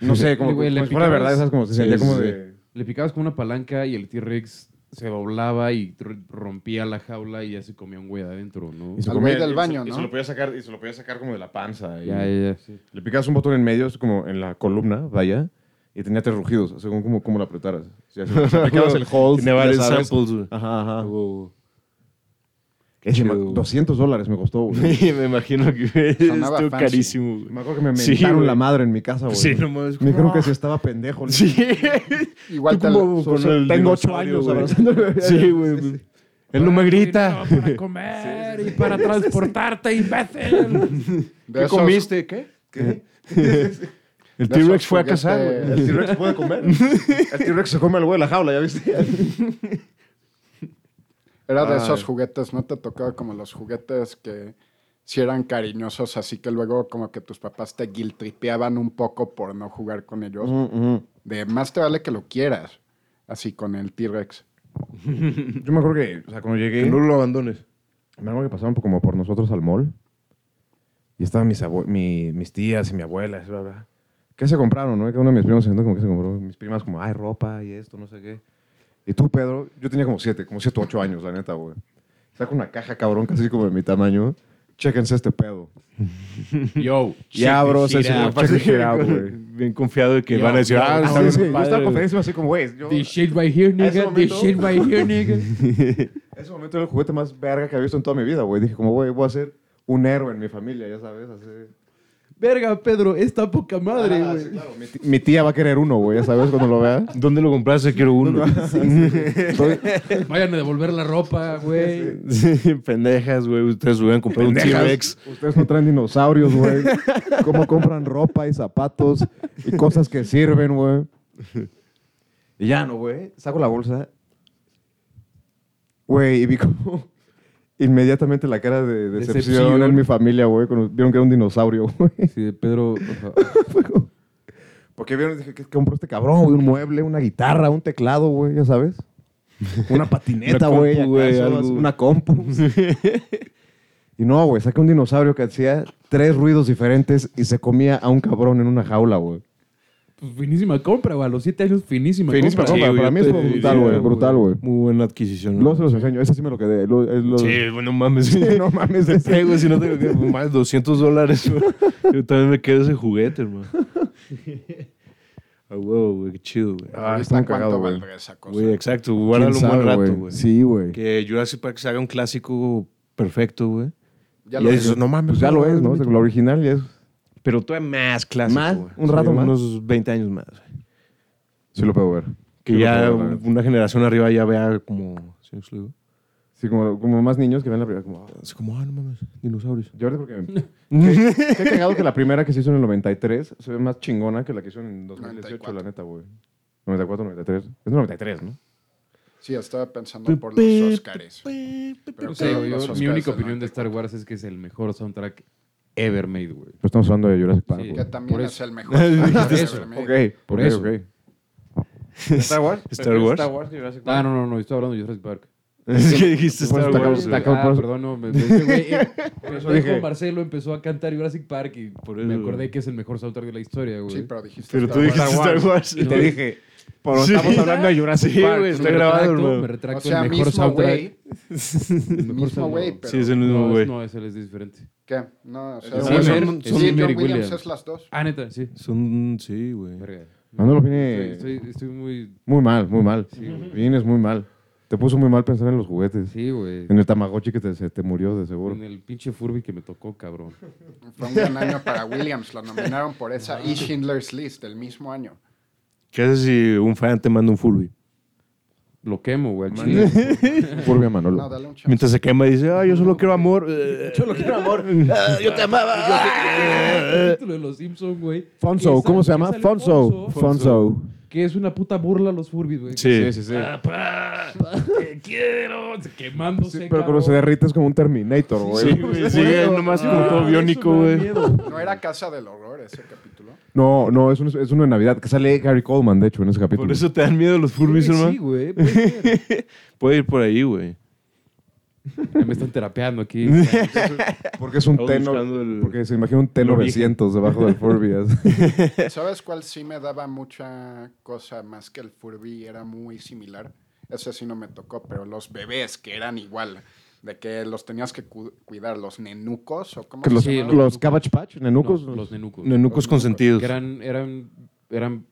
S1: no sé, como,
S4: Sí, güey, le
S1: como si fuera de verdad,
S4: picabas.
S1: esas como se
S3: Sí,
S1: sentía
S3: sí,
S1: como
S3: sí.
S1: de...
S4: Le picabas con una palanca y el T-Rex se doblaba y tr- rompía la jaula y ya se comía un güey adentro, ¿no?
S1: Y se
S2: Al
S1: comía-
S2: güey del
S1: y se-
S2: baño,
S1: Y se
S2: ¿no?
S1: lo podía sacar, y se lo podía sacar como de la panza. y-
S4: Ya, ya, ya. Sí.
S1: Le picabas un botón en medio, es como en la columna, vaya, y tenía tres rugidos, según como, como lo apretaras. O sea, si [LAUGHS] aplicabas el hold,
S3: Tenía
S1: ya
S3: varios
S1: sabes. Ah.
S3: samples, güey.
S1: Ajá, ajá.
S3: Wow.
S1: Ese
S3: chido,
S1: ma-
S3: güey.
S1: 200 dólares me costó, güey.
S3: me imagino que [LAUGHS]
S2: Sonaba
S3: estuvo
S2: fancy.
S3: carísimo, güey.
S1: Me acuerdo que me
S3: Sí,
S1: mentaron
S3: güey.
S1: la madre en mi casa, güey.
S3: Sí, no mames.
S1: Me dijeron
S3: No. [LAUGHS]
S1: que se estaba pendejo. le-
S3: Sí.
S2: Igual
S3: Tú
S2: te
S3: como
S2: lo-
S3: con el
S1: Tengo ocho
S3: dinosaurio,
S1: años
S3: güey.
S1: abrazándole.
S3: Sí, güey. pues. Él no me grita.
S1: pues,
S5: Para comer y para
S2: [LAUGHS]
S5: transportarte, imbécil.
S2: de
S3: ¿Qué
S2: esos-
S3: comiste? ¿Qué?
S1: ¿Qué?
S3: El
S2: de esos
S3: T-Rex fue a
S2: juguetes-
S3: cazar, güey.
S1: El T-Rex puede [LAUGHS] comer. El T-Rex se come al güey de la jaula, ¿ya viste?
S2: Era de
S4: Ah,
S1: Ay.
S2: esos juguetes, ¿no te tocaba como los juguetes que si eran cariñosos, así que luego como que tus papás te guiltripeaban un poco por no jugar con ellos?
S4: Mm.
S2: De más te vale que lo quieras, así con el T-Rex.
S1: Yo me acuerdo que, o sea, cuando llegué...
S3: Que no lo abandones.
S1: Me acuerdo que pasaban por- como por nosotros al mall. Y estaban mis, abue- mi- mis tías y mi abuela. Bla, bla. ¿Qué se compraron? No? Y Cada uno de mis primos se sentó como que se compró. Mis primas como, ay, ropa y esto, no sé qué. Y tú, Pedro, yo tenía como siete, como siete o ocho años, la neta, güey. Saco una caja, cabrón, casi como de mi tamaño. chéquense este pedo.
S4: Yo,
S1: Y abro ese güey.
S3: Bien confiado de que
S4: Yo,
S3: van a decir,
S4: yo,
S3: ah,
S4: yo,
S3: está
S1: Sí,
S3: bien
S1: sí, yo
S3: padre,
S1: estaba en
S3: güey".
S1: conferencia así como, güey, yo...
S4: This shit right here,
S1: ese
S4: nigga. This
S1: momento-
S4: shit right here, nigga.
S1: En ese momento era el juguete más verga que había visto en toda mi vida, güey. Dije, como, güey, voy a ser un héroe en mi familia, ya sabes, así.
S4: Verga, Pedro, esta poca madre,
S1: Ah,
S4: güey.
S1: sí, claro, mi, ti- mi tía va a querer uno, güey, ya sabes, cuando
S3: [LAUGHS]
S1: lo vea.
S3: ¿Dónde lo compraste? Quiero uno.
S4: Vayan a devolver la ropa, güey.
S3: [LAUGHS] Sí, pendejas, güey. Ustedes hubieran comprado un T-Rex.
S1: Ustedes no traen dinosaurios, güey. ¿Cómo compran ropa y zapatos y cosas que sirven, güey? Y ya no, güey. Saco la bolsa. Güey, y vi como inmediatamente la cara de decepción,
S4: Decepción.
S1: en mi familia, güey. cuando Vieron que era un dinosaurio, güey.
S4: Sí, Pedro, o sea,
S1: [LAUGHS] Porque vieron, dije, ¿qué compró este cabrón, güey? Un mueble, una guitarra, un teclado, güey, ya sabes.
S3: [LAUGHS]
S1: Una patineta,
S3: Una
S1: güey,
S3: compu, güey,
S1: acaso,
S3: algo. [LAUGHS]
S1: una compu. y no, güey, saqué un dinosaurio que hacía tres ruidos diferentes y se comía a un cabrón en una jaula, güey.
S4: [LAUGHS] pues, finísima compra, güey. A los siete años, finísima,
S1: Finísima
S4: compra.
S1: compra. para mí
S3: es
S1: estuvo brutal, güey, brutal, güey.
S3: Muy buena adquisición. ¿no?
S1: Luego se los enseño, ese sí me lo quedé. lo- es lo-
S3: Sí,
S1: [LAUGHS]
S3: güey, no mames. [LAUGHS]
S1: no mames,
S3: Te
S1: ese-
S3: pego si no tengo que. Más de 200 dólares,
S1: [LAUGHS]
S3: güey. Yo también me quedo ese juguete, hermano. Ah, wow, güey, qué chido, güey.
S1: Ah,
S2: Ahorita
S1: está muy
S2: cuánto
S1: cagado, güey.
S2: valdrá esa cosa.
S3: Güey, exacto. Guárdalo un
S1: ¿Quién
S3: buen
S1: sabe,
S3: rato, güey.
S1: Sí, güey.
S3: Que Jurassic Park se haga un clásico perfecto, güey.
S2: Ya
S3: y
S2: lo
S3: dices,
S2: hizo.
S3: no mames.
S1: Pues ya lo es, ¿no? Lo original ya es.
S3: Pero todavía más clásico.
S1: Más,
S3: güey.
S1: un rato más.
S3: Unos 20 años más. güey.
S1: Sí lo puedo ver.
S3: Que
S1: Sí lo
S3: ya
S1: puedo ver, la neta.
S3: una generación arriba ya vea como. ¿sí me explico?
S1: Sí, como, como más niños que ven la primera, como... ah,
S3: Así como, ah, no mames, [LAUGHS] dinosaurios.
S1: Yo ahorita porque... qué, qué cagado que la primera que se hizo en el 93 se ve más chingona que la que hicieron en 2018,
S2: 94.
S1: la neta, güey. 94, 93. Es 93, ¿no?
S2: Sí, estaba pensando por los Oscars.
S4: No sé, güey, yo- mi única opinión de Star Wars es que es el mejor soundtrack ever made, güey.
S1: Pero Pues estamos hablando de Jurassic Park,
S4: Sí.
S1: güey.
S2: Que también
S4: Por
S2: es
S4: eso.
S2: el mejor. Por
S4: eso,
S1: Ok, por
S4: eso.
S1: eso. [LAUGHS] ¿Star Wars?
S3: Star Wars.
S1: Star Wars y Jurassic Park.
S4: Ah, no, no, no, estoy hablando de Jurassic Park.
S3: Es que dijiste
S1: Por
S3: Star
S1: eso
S3: Wars.
S1: está
S3: güey.
S1: cabrón,
S4: Ah,
S1: por eso.
S4: perdón, no, me, me- güey, eh, pendejo
S1: dije.
S4: Marcelo empezó a cantar Jurassic Park y
S3: Por
S4: me
S3: eso,
S4: acordé
S3: güey.
S4: que es el mejor soundtrack de la historia, güey.
S2: Sí, pero dijiste.
S3: Pero
S2: Star
S3: tú
S2: Wars.
S3: dijiste Star Wars.
S1: Y te dije, por
S3: Sí.
S1: estamos hablando de Jurassic
S3: Sí,
S1: Park.
S3: güey,
S4: Me
S3: está
S4: retracto,
S3: grabado,
S4: Me
S3: güey.
S4: retracto,
S2: O sea,
S4: el mejor
S2: mismo
S4: soundtrack.
S2: güey.
S4: el mejor
S2: Mismo
S4: soundtrack.
S2: güey, pero.
S3: Sí, es el mismo,
S4: No,
S3: güey.
S4: es, no, es él es diferente.
S2: ¿Qué? No, o sea,
S3: No,
S2: John-
S3: son-
S2: sí,
S3: son
S2: John
S4: Mary
S2: Williams
S4: Williams.
S2: es las dos.
S4: Ah, neta, sí.
S3: Son, sí, güey.
S4: Verga.
S1: Manolo
S4: Estoy,
S1: viene
S4: estoy, estoy muy...
S1: muy mal, muy mal. Vienes muy mal. Te puso muy mal pensar en los juguetes.
S4: Sí, güey.
S1: En el Tamagotchi que te, se te murió de seguro.
S4: En el pinche Furby que me tocó, cabrón.
S2: Fue un gran año para Williams. Lo nominaron por esa y Schindler's List del mismo año.
S3: ¿Qué haces si un fan te manda un Furby?
S4: Lo quemo, güey. al
S1: [LAUGHS]
S4: chile.
S1: Furbia Manolo.
S2: No, dale un chance.
S3: Mientras se quema y dice, ah, yo solo quiero amor. [LAUGHS] Yo lo quiero [LAUGHS] amor. Ah, Yo te amaba.
S4: Título de los Simpsons, güey.
S1: Fonzo,
S4: Que
S1: ¿cómo
S4: sale-
S1: se llama?
S4: que sale
S1: Fonzo. Fonzo.
S4: Que es una puta burla a los Furbies, güey.
S3: Sí.
S1: sí.
S4: Papá, te quiero, quemándose.
S1: Sí, pero cuando se
S4: cabrón.
S1: derrite es como un Terminator, güey.
S3: [LAUGHS] Sí, güey. Sigue nomás como todo biónico, güey.
S2: No era Casa del Horror ese capítulo.
S1: No, no, es uno, es uno de Navidad que sale Gary Coleman, de hecho, en ese capítulo.
S3: Por eso te dan miedo los Furbies,
S4: Sí,
S3: hermano.
S4: güey. pues, puede
S1: [LAUGHS]
S4: ser.
S3: Puede ir por ahí, güey.
S4: Ya me están terapeando aquí.
S1: Porque es un
S3: Estamos
S1: T900.
S3: buscando el-
S1: Porque se imagina un T900 debajo del Furbias.
S2: ¿Sabes cuál sí me daba mucha cosa más que el Furby? Era muy similar. Ese sí no me tocó, pero los bebés que eran igual. De que los tenías que cu- cuidar, los nenucos o cómo
S1: Que los,
S2: se
S4: Sí,
S2: llamaban?
S1: los Cabbage Patch, nenucos.
S4: No, los nenucos.
S3: Nenucos consentidos.
S4: Que eran, eran, eran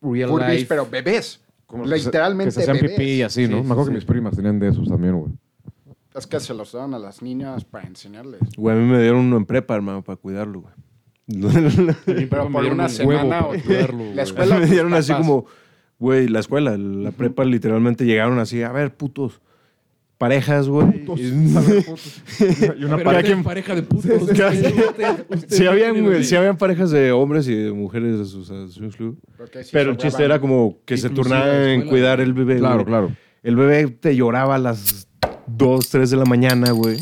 S4: real
S2: Furbies,
S4: life.
S2: pero bebés.
S1: Como que se-
S2: Literalmente
S1: Que se hacían
S2: bebés.
S1: pipí y así, ¿no?
S4: Sí,
S1: me
S4: sí,
S1: acuerdo
S4: sí.
S1: que mis primas tenían de esos también, güey.
S2: Es que se los daban a las niñas para enseñarles.
S3: Güey, a mí me dieron uno en prepa, hermano, para cuidarlo, [LAUGHS] güey.
S2: Pero
S4: me
S2: por
S4: dieron
S2: una
S4: un huevo
S2: semana
S4: para
S2: o-
S4: cuidarlo,
S2: la
S4: güey.
S2: escuela
S3: [LAUGHS] me
S2: tus
S3: dieron así
S2: papás.
S3: como, güey, la escuela, la prepa literalmente llegaron así, a ver, putos, parejas, güey.
S4: [LAUGHS]
S1: Pues, [LAUGHS] Y una
S4: Pero
S1: pareja.
S4: ustedes pareja de putos. ustedes- ustedes- ustedes
S3: Si habían,
S4: tienen
S3: güey,
S4: de-
S3: sí habían parejas de hombres y de mujeres a sus, a sus club.
S2: Porque sí
S3: Pero el
S2: sobraban.
S3: chiste era como que se
S4: Inclusive
S3: turnaban
S4: la
S3: en
S4: escuela,
S3: cuidar
S4: güey.
S3: el bebé.
S1: Claro,
S3: güey.
S1: claro.
S3: El bebé te lloraba a las 2, 3 de la mañana, güey.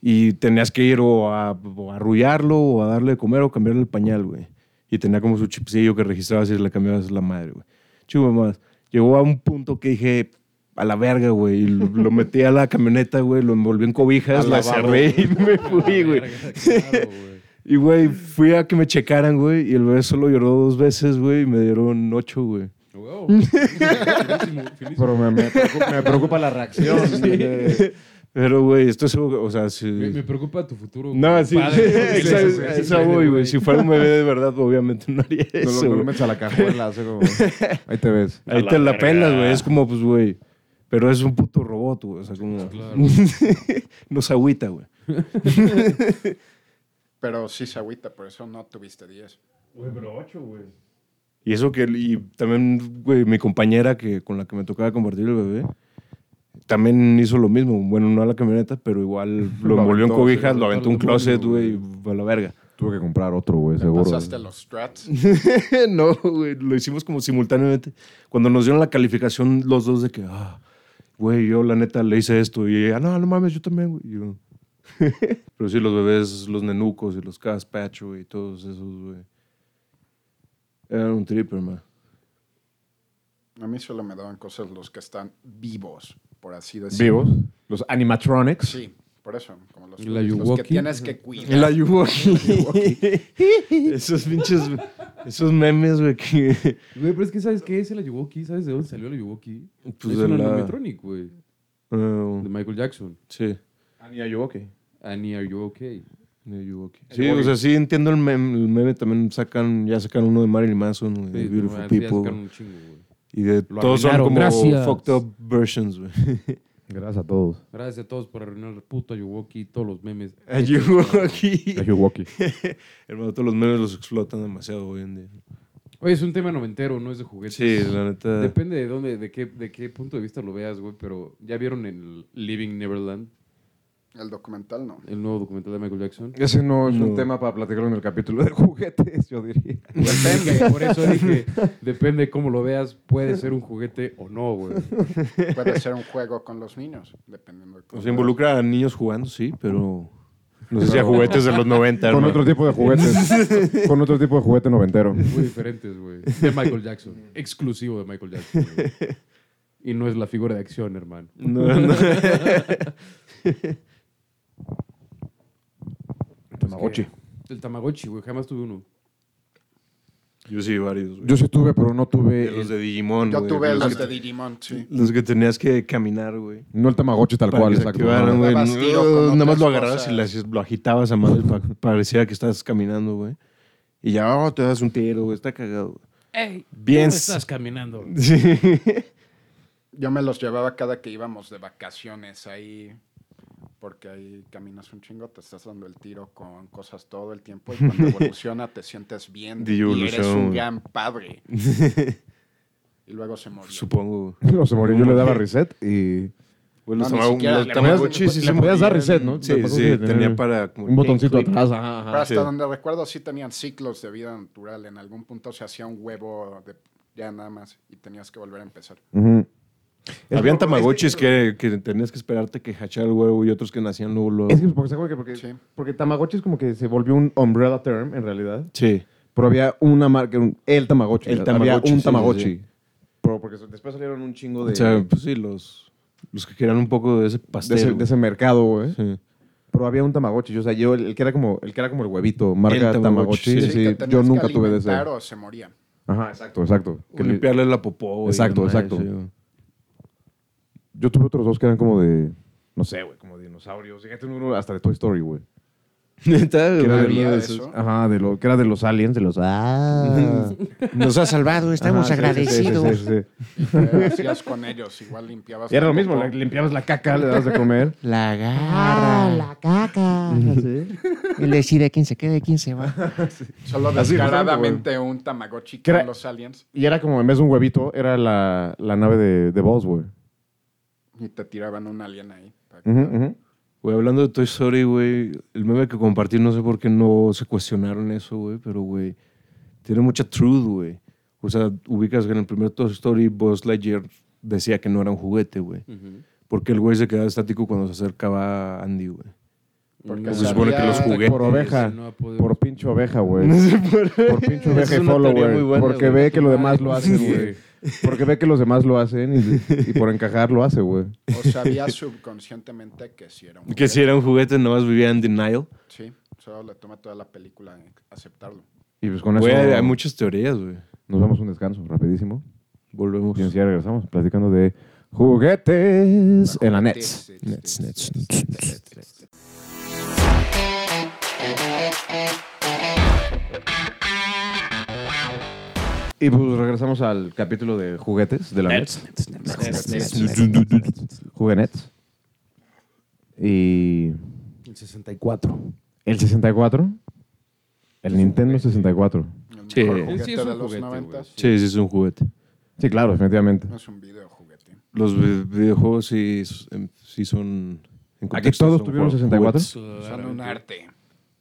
S3: Y tenías que ir o a, o a arrullarlo o a darle de comer o cambiarle el pañal, güey. Y tenía como su chipsillo que registraba si le cambiabas la madre, güey. Chivo más. Llegó a un punto que dije, a la verga, güey. Y lo, lo metí a la camioneta, güey. Lo envolví en cobijas,
S1: Al
S3: la
S1: lavabo.
S3: cerré y me fui, güey.
S4: Claro, güey.
S3: Y, güey, fui a que me checaran, güey. Y el bebé solo lloró dos veces, güey. Y me dieron ocho, güey.
S4: Wow. Finísimo, finísimo. [LAUGHS]
S1: Pero me, me preocupa, me preocupa la reacción. de-
S3: Pero, güey, esto es. O sea, si.
S4: Me, me preocupa tu futuro.
S3: No,
S4: [LAUGHS]
S3: sí,
S4: padre,
S3: sí,
S4: porque
S3: exacto,
S4: dices, güey,
S3: eso voy, güey. Si fuera un bebé de verdad, obviamente no haría
S1: No lo,
S3: eso.
S1: no lo
S3: güey.
S1: metes a la cajuela, así como. Ahí te ves.
S3: Ahí te la pelas, güey. Es como, pues, güey. Pero es un puto robot, güey. O sea, como.
S4: Claro.
S3: [LAUGHS] Nos agüita, güey.
S2: Pero sí se agüita, por eso no tuviste 10.
S4: Güey, pero ocho, güey.
S3: Y eso que, y también, güey, mi compañera que, con la que me tocaba compartir el bebé, también hizo lo mismo. Bueno, no a la camioneta, pero igual lo,
S1: Lo
S3: envolvió en
S1: aventó,
S3: cobijas,
S4: sí, lo
S3: lo aventó en un
S4: aventó al
S3: closet,
S4: demonio,
S3: güey, y a la verga.
S1: Tuve que comprar otro, güey, seguro.
S2: Pasaste a los strats.
S3: [LAUGHS] no, güey, lo hicimos como simultáneamente. Cuando nos dieron la calificación, los dos de que, ah, güey, yo la neta le hice esto. Y ella, no, no mames, yo también, güey. Y yo, [LAUGHS] Pero sí, los bebés, los nenucos y los caspacho y todos esos, güey. Eran un trip, hermano.
S2: A mí solo me daban cosas los que están vivos, por así decirlo.
S1: Vivos. Los animatronics.
S2: Sí, por eso. Como los,
S4: ¿La
S2: los
S4: Yuwoki?
S2: que tienes que cuidar.
S3: El ayuwoki. [LAUGHS] esos pinches, esos memes, güey, que...
S4: Güey, pero es que ¿sabes qué es el Ayuwoki? ¿Sabes de dónde salió el Ayuwoki?
S3: Pues
S4: es
S3: de
S4: un
S3: la-
S4: animatronic, güey.
S3: Ah,
S4: De Michael Jackson.
S3: sí,
S1: Ani Ayuwoki.
S4: Annie, are you okay?
S3: el ayuwoki. Sí, o sea, sí entiendo el meme, el meme también sacan, ya sacan uno de Marilyn Manson, güey, de
S4: Sí,
S3: Beautiful
S4: no, sí,
S3: People,
S4: sacaron
S3: güey.
S4: un chingo, güey.
S3: y de
S4: Lo
S3: todos son
S4: arruinaron,
S3: como
S5: gracias.
S3: fucked up versions, güey. [LAUGHS]
S1: Gracias a todos.
S4: Gracias a todos por arruinar el puto Ayuwoki y todos los memes.
S3: Ayuwoki.
S1: Ayuwoki.
S3: Hermano, todos los memes los explotan demasiado hoy en día.
S4: Oye, es un tema noventero, no Pues es de juguetes.
S3: Sí, la neta.
S4: Depende de dónde, de qué, de qué punto de vista lo veas, güey, pero ¿ya vieron el Living Neverland?
S2: El documental no.
S4: El nuevo documental de Michael Jackson.
S1: Ese no es
S3: No.
S1: un tema para platicarlo en el capítulo de juguetes, yo diría.
S4: Depende, por eso dije, depende de cómo lo veas, puede ser un juguete o no, güey.
S2: Puede ser un juego con los niños, dependiendo de
S3: O
S2: cómo
S3: sea, involucra a niños jugando, sí, pero no sé si a juguetes de los 90,
S1: Con
S3: hermano.
S1: otro tipo
S3: [LAUGHS]
S1: de juguetes. Con otro tipo de juguete noventero.
S4: Muy diferentes, güey. De Michael Jackson. Exclusivo de Michael Jackson. güey. Y no es la figura de acción, hermano.
S3: [LAUGHS] No, no.
S1: [LAUGHS] Tamagotchi.
S4: El Tamagotchi, güey. Jamás tuve uno.
S3: Yo sí, varios, güey.
S1: Yo sí tuve, pero no tuve.
S3: De los
S1: el-
S3: de Digimon,
S2: Yo
S3: güey,
S2: tuve
S3: los
S2: los
S3: que-
S2: de Digimon, sí.
S3: Los que tenías que caminar, güey.
S1: No el Tamagotchi tal
S3: Para
S1: cual,
S3: que se
S1: exacto.
S3: activaran,
S1: No,
S3: güey.
S2: dabas tiro con
S3: No, Nada más
S2: otras
S3: lo agarrabas
S2: cosas.
S3: y le hacías- lo agitabas a madres para que pareciera que estás caminando, güey. Y ya oh, te das un tiro, güey. Está cagado, güey.
S1: [LAUGHS]
S5: Ey,
S3: Bien.
S5: ¿cómo estás caminando?
S3: Sí.
S2: Yo me los llevaba cada que íbamos de vacaciones ahí, porque ahí caminas un chingo, te estás dando el tiro con cosas todo el tiempo y cuando
S3: [LAUGHS]
S2: evoluciona te sientes bien
S3: De
S2: y eres
S3: evolución,
S2: un
S3: güey.
S2: gran
S3: [LAUGHS]
S2: padre. y luego se murió.
S3: Supongo, güey.
S1: No, se murió. Yo le daba reset y.
S3: Güey,
S2: No,
S3: los
S2: ni
S3: tamag-
S2: siquiera
S3: los
S2: le
S3: Tamagotchi
S1: podías-
S3: sí
S1: le
S3: se
S1: podías dar
S3: movían.
S1: reset, ¿no?
S3: Sí,
S1: Le podías
S3: sí.
S1: tener
S3: Tenía para... como
S1: Un botoncito
S3: clic, clic.
S1: atrás. ajá, ajá.
S2: Pero hasta
S3: sí.
S2: donde recuerdo sí tenían ciclos de vida natural. En algún punto se hacía un huevo de ya nada más y tenías que volver a empezar.
S1: Ujú. Es
S3: Habían
S1: por-
S3: Tamagotchis
S1: es que-
S3: que, que tenías que esperarte que hachara el huevo y otros que nacían luego, luego.
S1: Es que porque, ¿se acuerdan que porque,
S2: Sí.
S1: porque Tamagotchi es como que se volvió un umbrella term en realidad.
S3: Sí.
S1: Pero había una marca, un- el Tamagotchi.
S3: El
S1: había
S3: Tamagotchi,
S1: un
S3: sí,
S1: Tamagotchi.
S3: sí, sí.
S1: Pero porque después salieron un chingo de,
S3: O sea, pues sí, los, los que querían un poco de ese
S1: de, ese,
S3: pastel.
S1: de ese mercado, güey.
S3: güey. Sí.
S1: Pero había un Tamagotchi. O sea, yo, el, el que era como, el que era como el huevito, marca
S3: El Tamagotchi, sí.
S1: Tamagotchi. sí,
S2: que
S1: yo
S2: tenías que
S1: nunca tuve de ese.
S2: alimentar o se morían.
S1: Ajá, exacto, exacto.
S3: O
S1: Que le-
S3: limpiarle la popó, güey.
S1: Exacto,
S3: la madre,
S1: exacto.
S3: sí, güey.
S1: Yo tuve otros dos que eran como de, no sé, güey, como dinosaurios. Fíjate uno hasta de Toy Story, güey.
S3: Neta,
S1: Que
S3: güey,
S1: era de
S2: había
S3: uno de
S2: eso?
S3: esos.
S1: Ajá, de lo, que era de los aliens, de los... Ah.
S3: Nos ha salvado,
S1: Ajá, sí, sí, sí, sí, sí, sí.
S2: ¿Y qué hacías con ellos? Igual limpiabas.
S1: Era
S2: la
S1: lo mismo,
S2: popó.
S1: le limpiabas la caca, le dabas de comer.
S6: La garra. Ah, la caca. Él decide quién se queda y quién se va.
S2: Solo
S1: Así,
S2: descaradamente un Tamagotchi
S1: ¿Qué
S2: con
S1: era?
S2: los aliens
S1: Y era como, en vez de un huevito, era la, la nave de, de Boss, güey.
S2: y te tiraban un alien ahí.
S1: Ujú, ujú.
S3: Güey, hablando de Toy Story, güey, el meme que compartí, no sé por qué no se cuestionaron eso, güey, pero, güey, tiene mucha truth, güey. O sea, ubicas que en el primer Toy Story, Buzz Lightyear decía que no era un juguete, güey. Porque el güey se quedaba estático cuando se acercaba a Andy, güey.
S2: Porque
S4: No,
S3: se supone que los
S2: sabía-
S3: juguetes-
S1: Por oveja,
S4: No ha podido-
S1: por pinche oveja, güey. Por pinche
S3: Es
S1: oveja y
S3: una teoría muy
S1: follower.
S3: buena,
S1: Porque
S3: güey.
S1: ve que los demás lo hacen,
S4: Sí,
S1: güey. Porque ve que los demás lo hacen y, y por encajar lo hace, güey.
S2: O
S1: [LAUGHS]
S2: sabías subconscientemente que sí era un
S3: Que si
S2: juguete.
S3: era un juguete, nomás vivía en denial.
S2: Sí, solo le toma toda la película en aceptarlo.
S1: Y pues con eso
S3: Güey, hay, hay muchas teorías, güey.
S1: nos damos un descanso rapidísimo.
S3: Volvemos.
S1: Y enseguida regresamos platicando de Juguetes en la Ah, Nets.
S3: Nets, nets, nets, nets.
S1: Y pues regresamos al capítulo de juguetes de la Nets. Juguenets. Y
S4: El 64.
S1: el 64. El Nintendo 64.
S3: Sí.
S2: juguete
S4: Sí, es un
S2: de los
S4: juguete, güey.
S2: noventas.
S3: Sí, sí, es un juguete.
S1: Sí, claro, definitivamente.
S2: No es un video juguete.
S3: Los vi- videojuegos sí, s- em, sí son. en
S1: Aquí
S3: contexto
S1: todos
S3: son
S1: tuvieron
S3: juegos-
S1: 64.
S3: juguetes.
S2: Son un arte.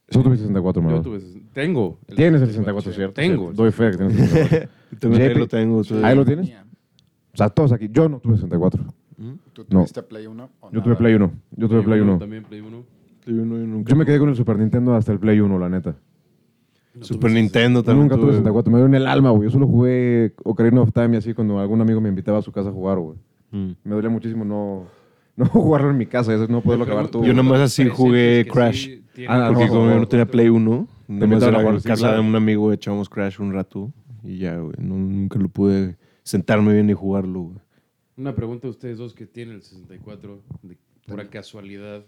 S1: Yo tuve 64,
S4: Yo
S1: Manuel.
S4: tuve. ses- Tengo.
S1: Tienes el 64, ¿cierto?
S4: Tengo.
S1: Sí, Doy fe que tienes el 64.
S3: También ahí
S1: JP.
S3: lo tengo.
S2: Ah,
S3: todavía.
S1: Ahí lo tienes.
S2: Mía.
S1: [LAUGHS] O sea, todos aquí. Yo no tuve 64.
S2: ¿Tú
S1: No.
S2: tuviste Play 1 o
S1: Yo tuve
S2: nada?
S1: Play 1. Yo tuve Play 1.
S4: También Play 1.
S3: Yo no- yo nunca-
S1: Yo me quedé con el Super Nintendo hasta el Play 1, la neta.
S3: Super Nintendo también.
S1: nunca tuve
S3: tuve.
S1: 64. Me dio en el alma, güey. Yo solo jugué Ocarina of Time y así cuando algún amigo me invitaba a su casa a jugar, güey.
S3: Mm.
S1: Me dolía muchísimo no, [LAUGHS] no jugarlo en mi casa, eso es no poderlo acabar tú.
S3: Yo
S1: güey.
S3: nomás Pues así jugué Crash.
S1: Ah,
S3: Porque
S1: no,
S3: como
S1: no,
S3: yo
S1: no.
S3: no tenía Play 1, nomás
S1: invitaron a
S3: era
S1: jugar,
S3: en
S1: sí,
S3: casa
S1: claro.
S3: de un amigo echábamos Crash un rato y ya, güey. no- nunca lo pude sentarme bien y jugarlo, güey.
S4: Una pregunta a ustedes dos que tienen el 64. De pura casualidad,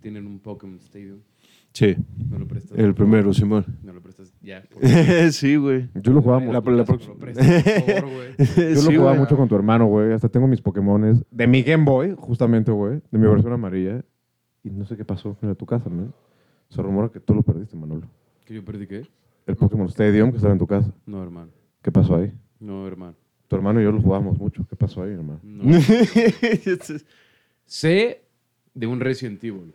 S4: ¿tienen un Pokémon Stadium?
S3: Sí,
S4: ¿No lo prestas?
S3: el primero, Simón.
S4: ¿No lo prestas? Ya.
S3: [LAUGHS]
S4: por favor.
S3: sí, güey.
S1: Yo lo jugaba, mu-
S3: La-
S4: Por tu
S3: la
S4: casa,
S3: próxima.
S4: ¿me lo prestas, por favor, güey?
S3: [LAUGHS]
S1: [LAUGHS] yo lo jugaba mucho con tu hermano, güey. Hasta tengo mis Pokémones de mi Game Boy, justamente, güey. De mi versión amarilla. Y no sé qué pasó en tu casa, ¿no? Se rumora que tú lo perdiste, Manolo.
S4: ¿Que yo perdí qué?
S1: El Pokémon Stadium que estaba en tu casa.
S4: No, hermano.
S1: ¿Qué pasó ahí?
S4: No, hermano.
S1: Tu hermano y yo lo jugábamos mucho. ¿Qué pasó ahí, hermano?
S3: [LAUGHS]
S4: No.
S3: Este
S4: sé de un Resident Evil.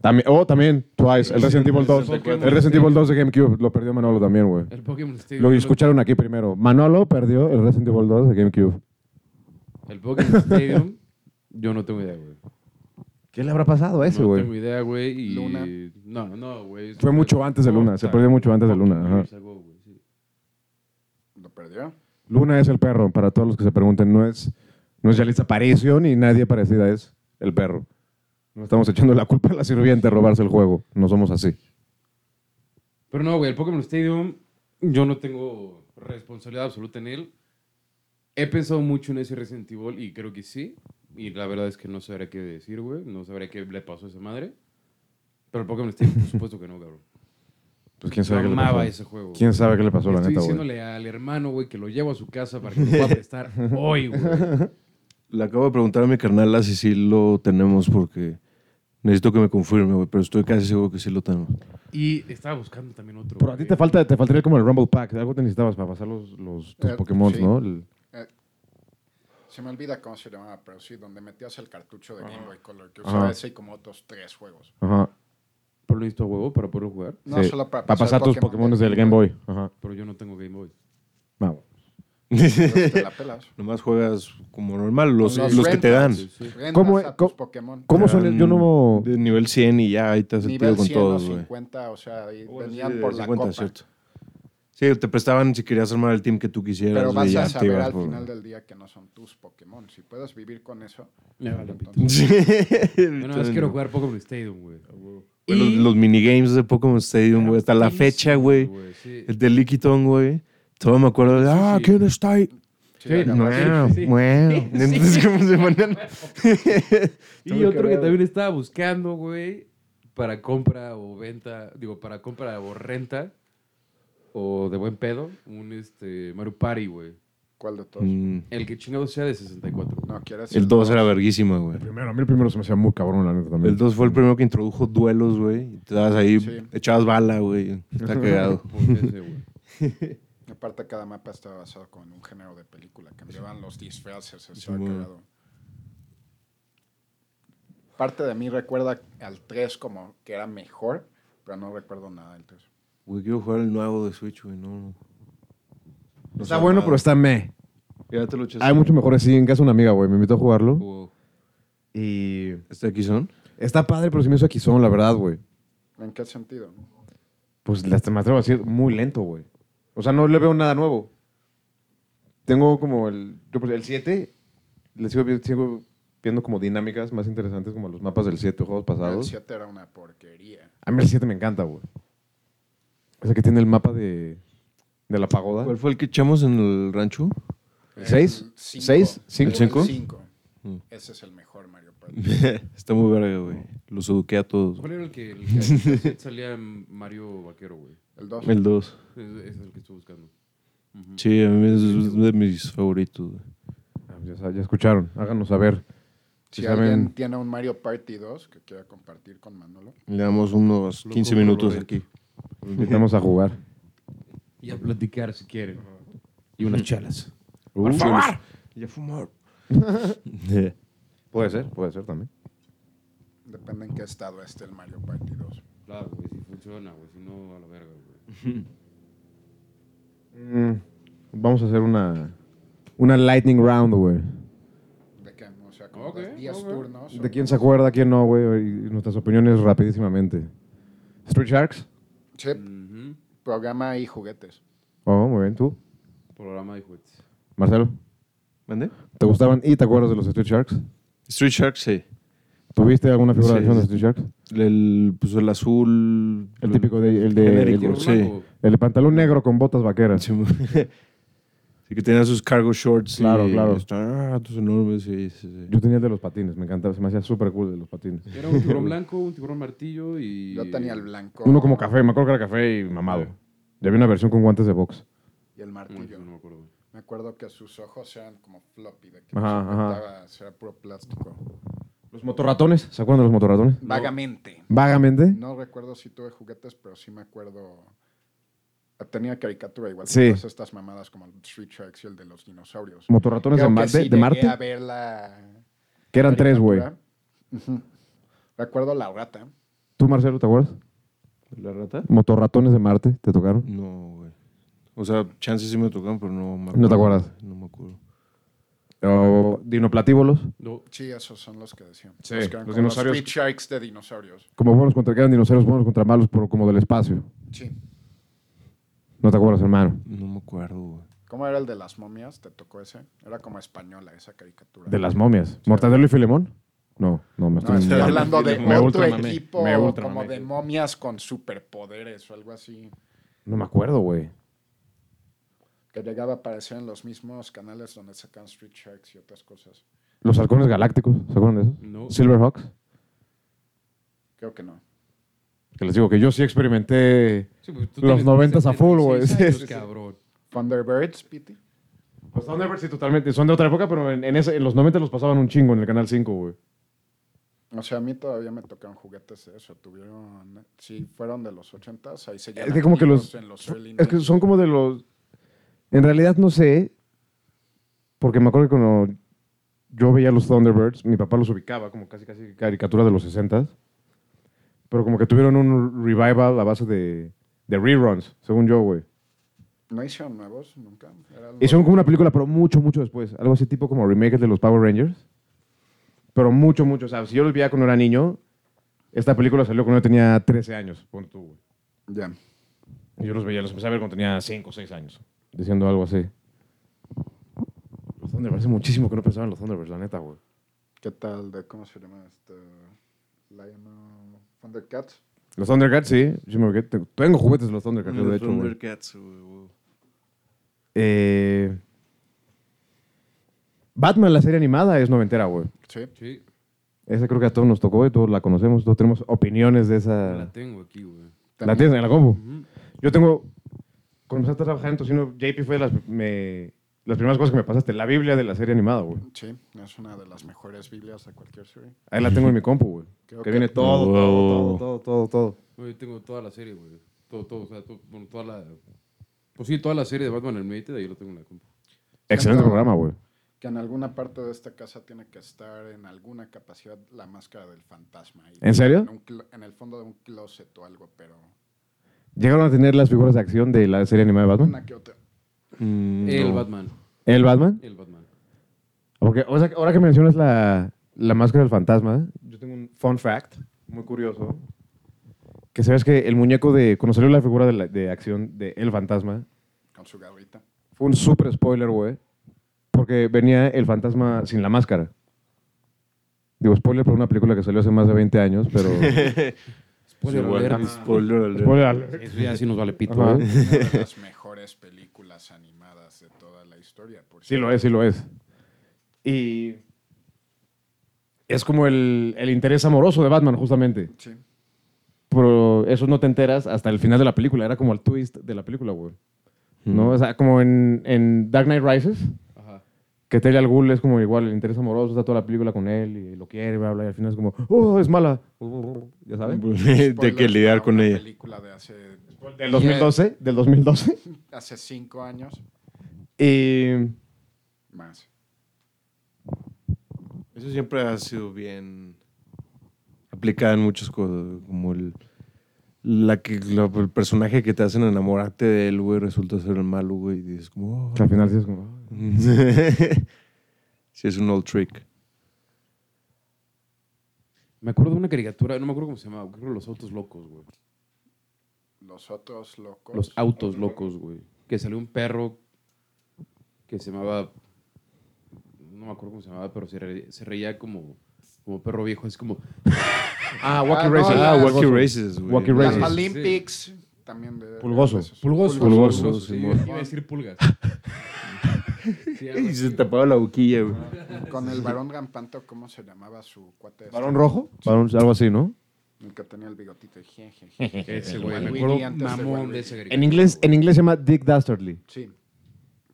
S1: También, oh, también, Twice, el Resident Evil 2. El Resident Evil 2 de GameCube lo perdió Manolo también, güey.
S4: El Pokémon Stadium.
S1: Lo
S4: no
S1: escucharon aquí primero. Manolo perdió el Resident Evil 2 de GameCube.
S4: El Pokémon Stadium, yo no tengo idea, güey.
S1: ¿Qué le habrá pasado a ese,
S4: no
S1: güey?
S4: tengo idea, güey. Y...
S2: Luna.
S4: No, no, güey.
S1: Fue mucho antes de Luna, se perdió mucho antes de Luna, ajá.
S2: ¿Lo perdió?
S1: Luna es el perro, para todos los que se pregunten. No es, no es Yalitza Aparicio ni nadie parecida, es el perro. No estamos echando la culpa a la sirviente de robarse el juego. No somos así.
S4: Pero no, güey, el Pokémon Stadium, yo no tengo responsabilidad absoluta en él. He pensado mucho en ese Resident Evil y creo que sí. Y la verdad es que no sabré qué decir, güey. No sabré qué le pasó a esa madre. Pero el Pokémon Stadium, por supuesto que no, cabrón.
S1: Pues quién
S4: Yo
S1: sabe qué le
S4: amaba
S1: pasó.
S4: ese juego.
S1: ¿Quién sabe qué le pasó, la
S4: Estoy
S1: neta, güey?
S4: diciéndole al hermano, güey, que lo llevo a su casa para que lo pueda
S1: [LAUGHS]
S4: prestar hoy, güey.
S3: Le acabo de preguntar a mi carnala si sí lo tenemos porque necesito que me confirme, güey, pero estoy casi seguro que sí lo tenemos.
S4: Y estaba buscando también otro.
S1: Pero a ti
S4: güey.
S1: te, falta, te faltaría como el Rumble Pack. Algo te necesitabas para pasar los, los, tus
S2: Eh,
S1: Pokémon,
S2: sí.
S1: ¿no? El-
S2: Se me olvida cómo se llamaba, pero sí, donde metías el cartucho de
S3: Ah.
S2: Game Boy Color, que usaba
S1: Ajá.
S2: ese y como otros tres juegos.
S1: Ajá.
S4: Pero lo necesito a huevo para poder jugar.
S2: No
S1: Sí.
S2: solo para
S1: Para pasar tus Pokémon del Game Boy. Ajá.
S4: Pero yo no tengo Game Boy.
S1: Vamos.
S2: Entonces te la pelas.
S3: Nomás juegas como normal, los,
S2: Con los
S3: los que te dan.
S2: rentas. Rentas
S1: ¿Cómo
S2: a
S1: es-
S2: tus
S1: cómo-
S2: Pokémon.
S1: ¿Cómo
S3: Te
S1: son? el- Yo
S3: dan
S1: no...
S3: De nivel 100 y ya ahí te has sentido
S2: Nivel
S3: con
S2: 100 o
S3: todos, güey.
S2: 50, o sea, ahí
S3: Sí,
S2: venían
S3: de
S2: por la
S3: 50,
S2: copa.
S3: cierto. Sí, te prestaban si querías armar el team que tú quisieras.
S2: Pero
S3: güey,
S2: vas
S3: ya
S2: a
S3: te
S2: saber
S3: ibas
S2: al
S3: por-
S2: final del día que no son tus Pokémon. Si puedes vivir con eso,
S4: Me vale pito.
S3: [LAUGHS] Sí.
S4: Yo nada más quiero jugar Pokémon Stadium, güey. Pues
S3: Güey, Los, los minigames de Pokémon Stadium, güey. Hasta la fecha, güey.
S4: Sí.
S3: El de Liquiton, güey. Todo me acuerdo de,
S4: Sí,
S3: ah,
S4: sí.
S3: ¿quién está ahí?
S4: Sí,
S6: Bueno,
S4: sí, sí.
S6: bueno.
S3: Entonces, ¿cómo
S4: [LAUGHS]
S3: se ponían?
S4: Y otro que también estaba buscando, güey, para compra o venta, digo, para compra o renta, o de buen pedo, un este, Mario Party, güey.
S2: ¿cuál de todos?
S3: Mm,
S4: El que chingado sea de 64. güey.
S2: No, quieres
S3: El 2 era verguísima, güey.
S1: Primero, a mí el primero se me hacía muy cabrón, la neta, también.
S3: El 2 fue el primero que introdujo duelos, güey. Y Te dabas ahí,
S2: Sí.
S3: echabas bala, güey. Está
S4: [LAUGHS]
S3: cagado.
S4: Pues ese, güey.
S2: Aparte, cada mapa estaba basado con un género de película. Cambiaban los disfraces, se
S3: muy bueno.
S2: Parte de mí recuerda al 3 como que era mejor, pero no recuerdo nada del 3.
S3: Güey, Pues quiero jugar el nuevo de Switch, güey. No, no
S1: Está
S3: sé
S1: bueno,
S3: nada.
S1: pero está me.
S3: Ya te lo echaste.
S1: Hay mucho mejores. Sí, en casa de una amiga, güey. Me invitó a jugarlo.
S4: [LAUGHS]
S3: Wow.
S1: Y
S3: ¿Este aquí son?
S1: está padre, pero sí me hizo son la verdad, güey.
S2: ¿En qué sentido?
S1: Pues las me atrevo a decir muy lento, güey. O sea, no le veo nada nuevo. Tengo como el. Yo, pues, el 7. Le sigo, vi- sigo viendo como dinámicas más interesantes, como los mapas del 7, juegos
S2: El
S1: pasados.
S2: 7 era una porquería.
S1: A mí el 7 me encanta, güey. O sea, que tiene el mapa de. De la pagoda.
S3: ¿Cuál fue el que echamos en el rancho?
S1: ¿Seis?
S2: El cinco.
S1: ¿Seis? ¿Cinco? Mm.
S2: El cinco. Ese es el mejor Mario Party.
S3: [LAUGHS] Está muy verga, güey. Los eduqué a todos.
S4: ¿Cuál era el que, el que salía en Mario Vaquero, güey?
S2: El 2.
S3: El 2.
S4: Ese ese es el que estoy buscando. Ujú.
S3: Sí, a mí es de mis favoritos. güey.
S1: Ah, pues ya, sa- ya escucharon, háganos saber.
S2: Si
S1: Sí,
S2: alguien
S1: saben.
S2: tiene un Mario Party 2 que quiera compartir con Manolo.
S3: Le damos unos 15 minutos aquí.
S1: Los Invitamos a jugar.
S4: Y a platicar si quieren. Y unas chelas.
S1: Uh,
S3: Ya fumar.
S1: Puede ser, puede ser también.
S2: Depende en qué estado esté el Mario Party 2.
S4: Claro, güey, si funciona, güey. Si no, a la verga, güey.
S1: Mm, vamos a hacer una, una lightning round, güey.
S2: De que, o sea, como
S4: Ok,
S2: das 10
S4: ok.
S2: turnos.
S1: De
S2: o-
S1: quién se acuerda, quién no, güey. y Nuestras opiniones rapidísimamente. Street Sharks.
S2: Sí,
S4: Ujú.
S2: programa y juguetes.
S1: Oh, muy bien. ¿Tú?
S4: Programa de juguetes.
S1: Marcelo.
S3: [LAUGHS] ¿Mande?
S1: ¿Te gustaban y te acuerdas de los Street Sharks?
S3: Street Shark, sí.
S1: ¿Tuviste alguna figura de
S3: Sí,
S1: acción de
S3: sí.
S1: Street Sharks?
S3: El, pues el azul.
S1: El típico de... El de
S3: Genérico.
S1: el,
S3: Sí.
S4: blanco.
S1: el de pantalón negro con botas vaqueras.
S3: Sí, mo- [LAUGHS] sí, que tenía sus cargo shorts.
S1: Claro,
S3: y
S1: claro.
S3: Están ah, tus enormes. Sí, sí, sí.
S1: Yo tenía el de los patines, me encantaba. Se me hacía súper cool de los patines.
S4: Era un tiburón blanco, un tiburón martillo y...
S2: Yo tenía el blanco.
S1: Uno como café, me acuerdo que era café y mamado. Ya había una versión con guantes de box.
S2: Y el
S4: No,
S2: martillo.
S4: no me acuerdo.
S2: Me acuerdo que sus ojos eran como floppy. De que
S1: Ajá,
S2: se
S1: ajá.
S2: apretaba, era puro plástico.
S1: ¿Los motorratones? ¿Se acuerdan de los motorratones?
S2: Vagamente.
S1: Vagamente.
S2: No recuerdo si tuve juguetes, pero sí me acuerdo. Tenía caricatura igual.
S1: Sí.
S2: Sí. Todas estas mamadas como el Street Sharks y el de los dinosaurios.
S1: Motorratones de,
S2: Creo que
S1: Marte-
S2: sí
S1: de
S2: llegué
S1: Marte.
S2: a ver la
S1: Que eran tres, güey.
S2: caricatura. Ujú. Recuerdo la rata.
S1: ¿Tú, Marcelo, te acuerdas?
S3: ¿La rata?
S1: Motorratones de Marte, ¿te tocaron?
S3: No, güey. O sea, chances sí me tocaron, pero no me
S1: No te acuerdas.
S3: No me acuerdo.
S1: ¿O dinoplatíbolos?
S4: No,
S2: Sí, esos son los que decían.
S1: Sí,
S2: los que eran
S1: los
S2: como
S1: dinosaurios.
S2: Street Sharks de dinosaurios.
S1: Como buenos contra... Que eran dinosaurios buenos contra malos, pero como del espacio.
S2: Sí.
S1: No te acuerdas, hermano.
S3: No me acuerdo, güey.
S2: ¿Cómo era el de las momias? ¿Te tocó ese? Era como española esa caricatura.
S1: De las momias. ¿Mortadelo y Filemón? No, no, me
S2: No,
S1: estoy...
S2: estoy hablando de
S1: [LAUGHS] Me
S2: otro
S1: ultramamé,
S2: equipo
S1: me
S2: como
S1: ultramamé.
S2: de momias con superpoderes o algo así.
S1: No me acuerdo, güey.
S2: Que llegaba a aparecer en los mismos canales donde sacan Street Sharks y otras cosas.
S1: Los halcones galácticos, ¿se acuerdan de esos?
S4: no.
S1: Silverhawks.
S2: Creo que no.
S1: Que les digo que yo sí experimenté...
S4: Sí, pues, tú
S1: Los
S4: tienes
S1: 90s a full, güey.
S4: 76 años,
S1: Sí, sí, sí.
S4: cabrón.
S2: Thunderbirds, Pity.
S1: Los Thunderbirds sí, totalmente. Son Pues de otra época, pero en, en ese- en los 90 los pasaban un chingo en el Canal 5, güey.
S2: O sea, a mí todavía me tocaron juguetes de eso. Tuvieron. Sí, fueron de los 80s. Ahí se
S1: Es que como que los...
S2: En los
S1: son-
S2: early
S1: es que
S2: 90s.
S1: son como de los... En realidad no sé, porque me acuerdo que cuando yo veía los Thunderbirds, mi papá los ubicaba como casi casi caricatura de los 60s, pero como que tuvieron un revival a base de, de reruns, según yo, güey.
S2: No hicieron nuevos nunca. Era algo-
S1: Hicieron como una película, pero mucho, mucho después. Algo así tipo como remake de los Power Rangers. Pero mucho, mucho. O sea, si yo los veía cuando era niño, esta película salió cuando yo tenía 13 años. Pon tú, güey.
S2: Ya.
S1: Y yo los veía, los empecé a ver cuando tenía 5 o 6 años. Diciendo algo así. Los Thunderbirds, hace muchísimo que no pensaba en los Thunderbirds, la neta, güey.
S2: ¿Qué tal de cómo se llama este? Lionel Thundercats.
S1: Los Thundercats, sí. sí me ubiqué. Tengo- Tengo juguetes de los Thundercats, yo, de hecho, güey.
S3: Thundercats, güey, güey.
S1: Eh, Batman, la serie animada, es noventera, güey.
S2: Sí.
S4: Sí,
S1: Esa creo que a todos nos tocó y todos la conocemos. Todos tenemos opiniones de esa...
S4: la tengo aquí, güey.
S1: La tienes en la compu.
S4: Ujú.
S1: Yo tengo. Cuando empezaste a trabajar en Tocino, JP fue de las, me- las primeras cosas que me pasaste. La Biblia de la serie animada, güey.
S2: Sí, es una de las mejores Biblias de cualquier serie.
S1: Ahí la tengo en mi compu, güey.
S2: Creo
S1: que
S2: que-
S1: viene todo,
S3: Wow.
S1: todo, todo, todo, todo.
S4: No, yo tengo toda la serie, güey. Todo, todo, o sea, todo- bueno, toda la... Pues sí, toda la serie de Batman Animated, ahí lo tengo en la compu.
S1: Excelente
S2: Tanto-
S1: programa, güey.
S2: Que en alguna parte de esta casa tiene que estar en alguna capacidad la máscara del fantasma. ahí.
S1: ¿En serio?
S2: un clo- en el fondo de un closet o algo, pero
S1: ¿Llegaron a tener las figuras de acción de la serie animada de Batman?
S2: una que otra.
S3: Mm,
S4: El
S3: no. [LAUGHS]
S4: Batman,
S1: ¿El Batman?
S4: el Batman.
S1: Porque o sea, ahora que mencionas la, la máscara del fantasma, yo tengo un fun fact muy curioso. Que sabes que el muñeco de. Cuando salió la figura de, la- de acción de El Fantasma,
S2: Con su garrita.
S1: Fue un super spoiler, güey. Porque venía el fantasma sin la máscara. Digo, spoiler por una película que salió hace más de 20 años, pero.
S4: Spoiler alert.
S3: Spoiler alert.
S1: Spoiler.
S4: Eso ya sí nos vale pito,
S1: Ajá.
S4: ¿eh?
S2: Una de las [LAUGHS] mejores películas animadas de toda la historia. Por
S1: Sí lo
S2: cierto.
S1: es, sí lo es. Y es como el, el interés amoroso de Batman, justamente.
S2: Sí.
S1: Pero eso no te enteras hasta el final de la película. Era como el twist de la película, güey.
S3: Mm.
S1: ¿No? O sea, como en, en Dark Knight Rises,
S4: Ajá.
S1: que Talia al Ghul es como igual el interés amoroso, está toda la película con él y lo quiere, bla, bla, y al final es como, oh, es mala. Ya sabes.
S3: Pues, de que
S2: Spoilers
S3: lidiar
S2: para
S3: con
S2: una
S3: ella.
S2: película de hace,
S1: Del 2012, del 2012.
S2: hace cinco años
S1: Y
S2: más.
S3: Eso siempre ha sido bien aplicada en muchas cosas, como el, la que, la- el personaje que te hacen enamorarte de él, güey, resulta ser el malo, güey, y dices como... "Oh".
S1: pues, al final sí es como,
S3: [LAUGHS] sí, es un old trick.
S4: Me acuerdo de una caricatura, no me acuerdo cómo se llamaba, creo que los autos locos, güey.
S2: Los otros locos.
S4: Los autos locos, güey. Que salió un perro que se llamaba. No me acuerdo cómo se llamaba, pero se, re- se reía como, como perro viejo. Es como.
S1: Ah, Wacky
S2: no,
S1: Races.
S2: la- Ah,
S3: Wacky Races, güey.
S1: Wacky
S2: Las
S1: Races.
S2: Olympics también de.
S1: Pulgoso.
S2: de esos.
S1: Pulgoso.
S3: Pulgoso,
S4: sí,
S3: sí.
S4: iba a decir pulgas. Sí, algo
S3: Y se
S4: así.
S3: tapaba la boquilla, güey.
S2: Con el varón rampanto, ¿cómo se llamaba su cuate? este?
S1: ¿Varón rojo? Varón- algo así, ¿no?
S2: El que tenía el bigotito. Je, je, je.
S4: Ese,
S2: El
S4: güey. Me
S2: Waluigi
S4: acuerdo
S2: antes de
S4: mamón
S2: Waluigi.
S4: de esa caricatura.
S1: En inglés, en inglés se llama Dick Dastardly.
S2: Sí.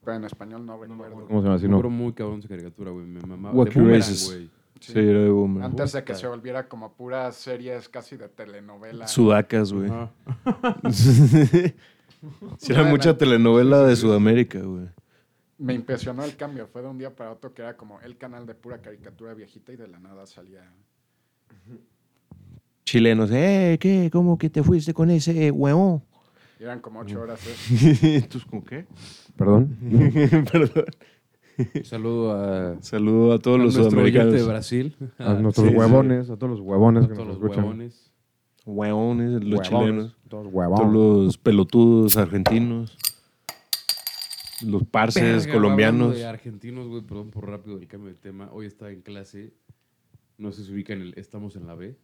S2: Pero en español no recuerdo.
S1: ¿Cómo se llama? Si
S4: Me
S1: no.
S4: acuerdo muy cabrón de esa caricatura, güey. Me mamaba.
S3: Wacky
S4: de Boomerang,
S3: Races.
S4: güey.
S2: Sí.
S3: Sí, era de boomer.
S2: Antes de que se volviera como puras series casi de telenovela.
S3: Sudacas, güey. [LAUGHS]
S4: Ah.
S3: Sí, era mucha telenovela de Sudamérica, güey.
S2: Me impresionó el cambio. Fue de un día para otro que era como el canal de pura caricatura viejita y de la nada salía.
S3: Chilenos, eh, ¿qué? ¿Cómo que te fuiste con ese eh, [LAUGHS] huevón?
S2: y eran como ocho horas. ¿eh?
S3: ¿Tú con qué?
S1: Perdón.
S3: [LAUGHS] Perdón.
S4: Un saludo a, a
S3: Saludo a todos los
S4: nuestro oyente de
S3: sudamericanos.
S4: Brasil. [LAUGHS] A,
S1: A nuestros
S3: Sí, sí.
S1: huevones, a todos los huevones que
S4: todos
S1: nos
S4: los
S1: escuchan.
S4: huevones.
S3: Huevones, los
S1: Huevones,
S3: chilenos.
S1: Todos
S3: Todos
S1: huevones.
S3: los pelotudos argentinos. Los parces
S4: Verga, hablando
S3: colombianos.
S4: de argentinos, güey, perdón por rápido el cambio de tema. Hoy estaba en clase, no sé si ubican el Estamos en la B.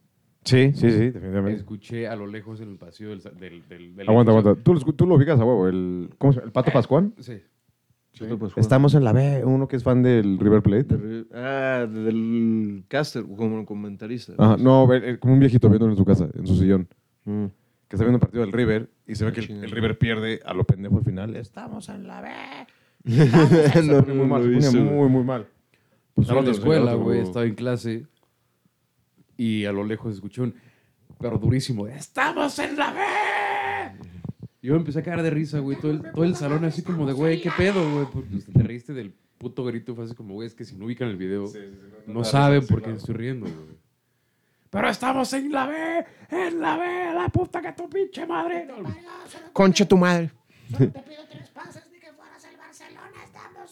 S1: Sí, sí, sí, definitivamente.
S4: Escuché a lo lejos en el pasillo del... del, del, del-
S1: Aguanta, aguanta. Tú, lo- tú lo ubicas a huevo, el, ¿cómo se llama? ¿El Pato Pascual?
S4: Sí.
S2: Sí.
S3: pues,
S1: Estamos en la B, uno que es fan del River Plate.
S3: Ah, del caster, como comentarista.
S1: Ajá, no, ve- eh, como un viejito viéndolo en su casa, en su sillón.
S3: Mm.
S1: Que está viendo un partido del River y se ve
S3: Ah,
S1: que el,
S3: chinga.
S1: el River pierde a lo pendejo al final. Estamos en [LAUGHS] la B. Se
S3: No,
S1: pone
S3: no
S1: muy mal,
S3: lo
S1: se
S3: hice,
S1: pone
S3: güey.
S1: muy, muy mal.
S4: Pues
S1: Claro,
S4: en la
S1: los
S4: escuela,
S1: otros,
S4: güey,
S1: güey.
S4: estaba en clase y a lo lejos escuché un pero durísimo, ¡Estamos en la B! Yo me empecé a caer de risa, güey, todo el, todo el salón así como de, güey, ¿qué pedo, güey? Porque te reíste del puto grito, fue así como, güey, es que si no ubican el video, no, saben por qué me estoy riendo, güey. Pero estamos en la B, en la B, la puta que tu pinche madre.
S6: Concha tu madre.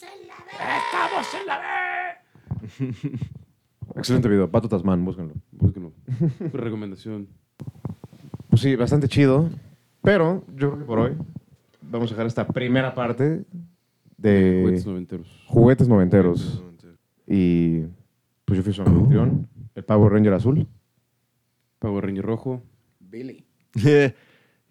S4: ¡Estamos en la B!
S1: Excelente video, Pato Tasman, búsquenlo.
S4: Búsquenlo. Recomendación.
S1: Pues sí, bastante chido. Pero yo creo que por hoy vamos a dejar esta primera parte de
S4: Juguetes noventeros.
S1: juguetes noventeros. Y pues yo fui su anfitrión, el Pavo Ranger Azul.
S4: Power Ranger rojo.
S2: Billy.
S3: [LAUGHS]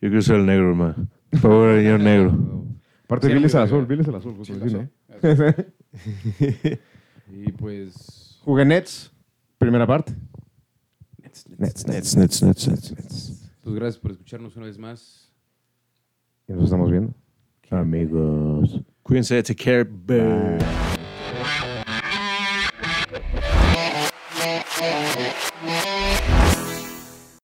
S3: Yo quiero ser el negro, hermano. Power Ranger negro.
S1: Aparte,
S4: Sí,
S1: Billy es el
S4: amigo,
S1: azul,
S4: ya.
S1: Billy es el azul. justo
S2: Sí, lo
S1: así,
S2: sé.
S1: ¿no? [LAUGHS]
S2: Eso.
S4: Y pues.
S1: Juguenets, primera parte.
S4: Pues
S3: Nets, nets, nets, nets.
S4: gracias por escucharnos una vez más.
S1: Y nos estamos viendo. Amigos.
S3: Cuídense, take care. Bye.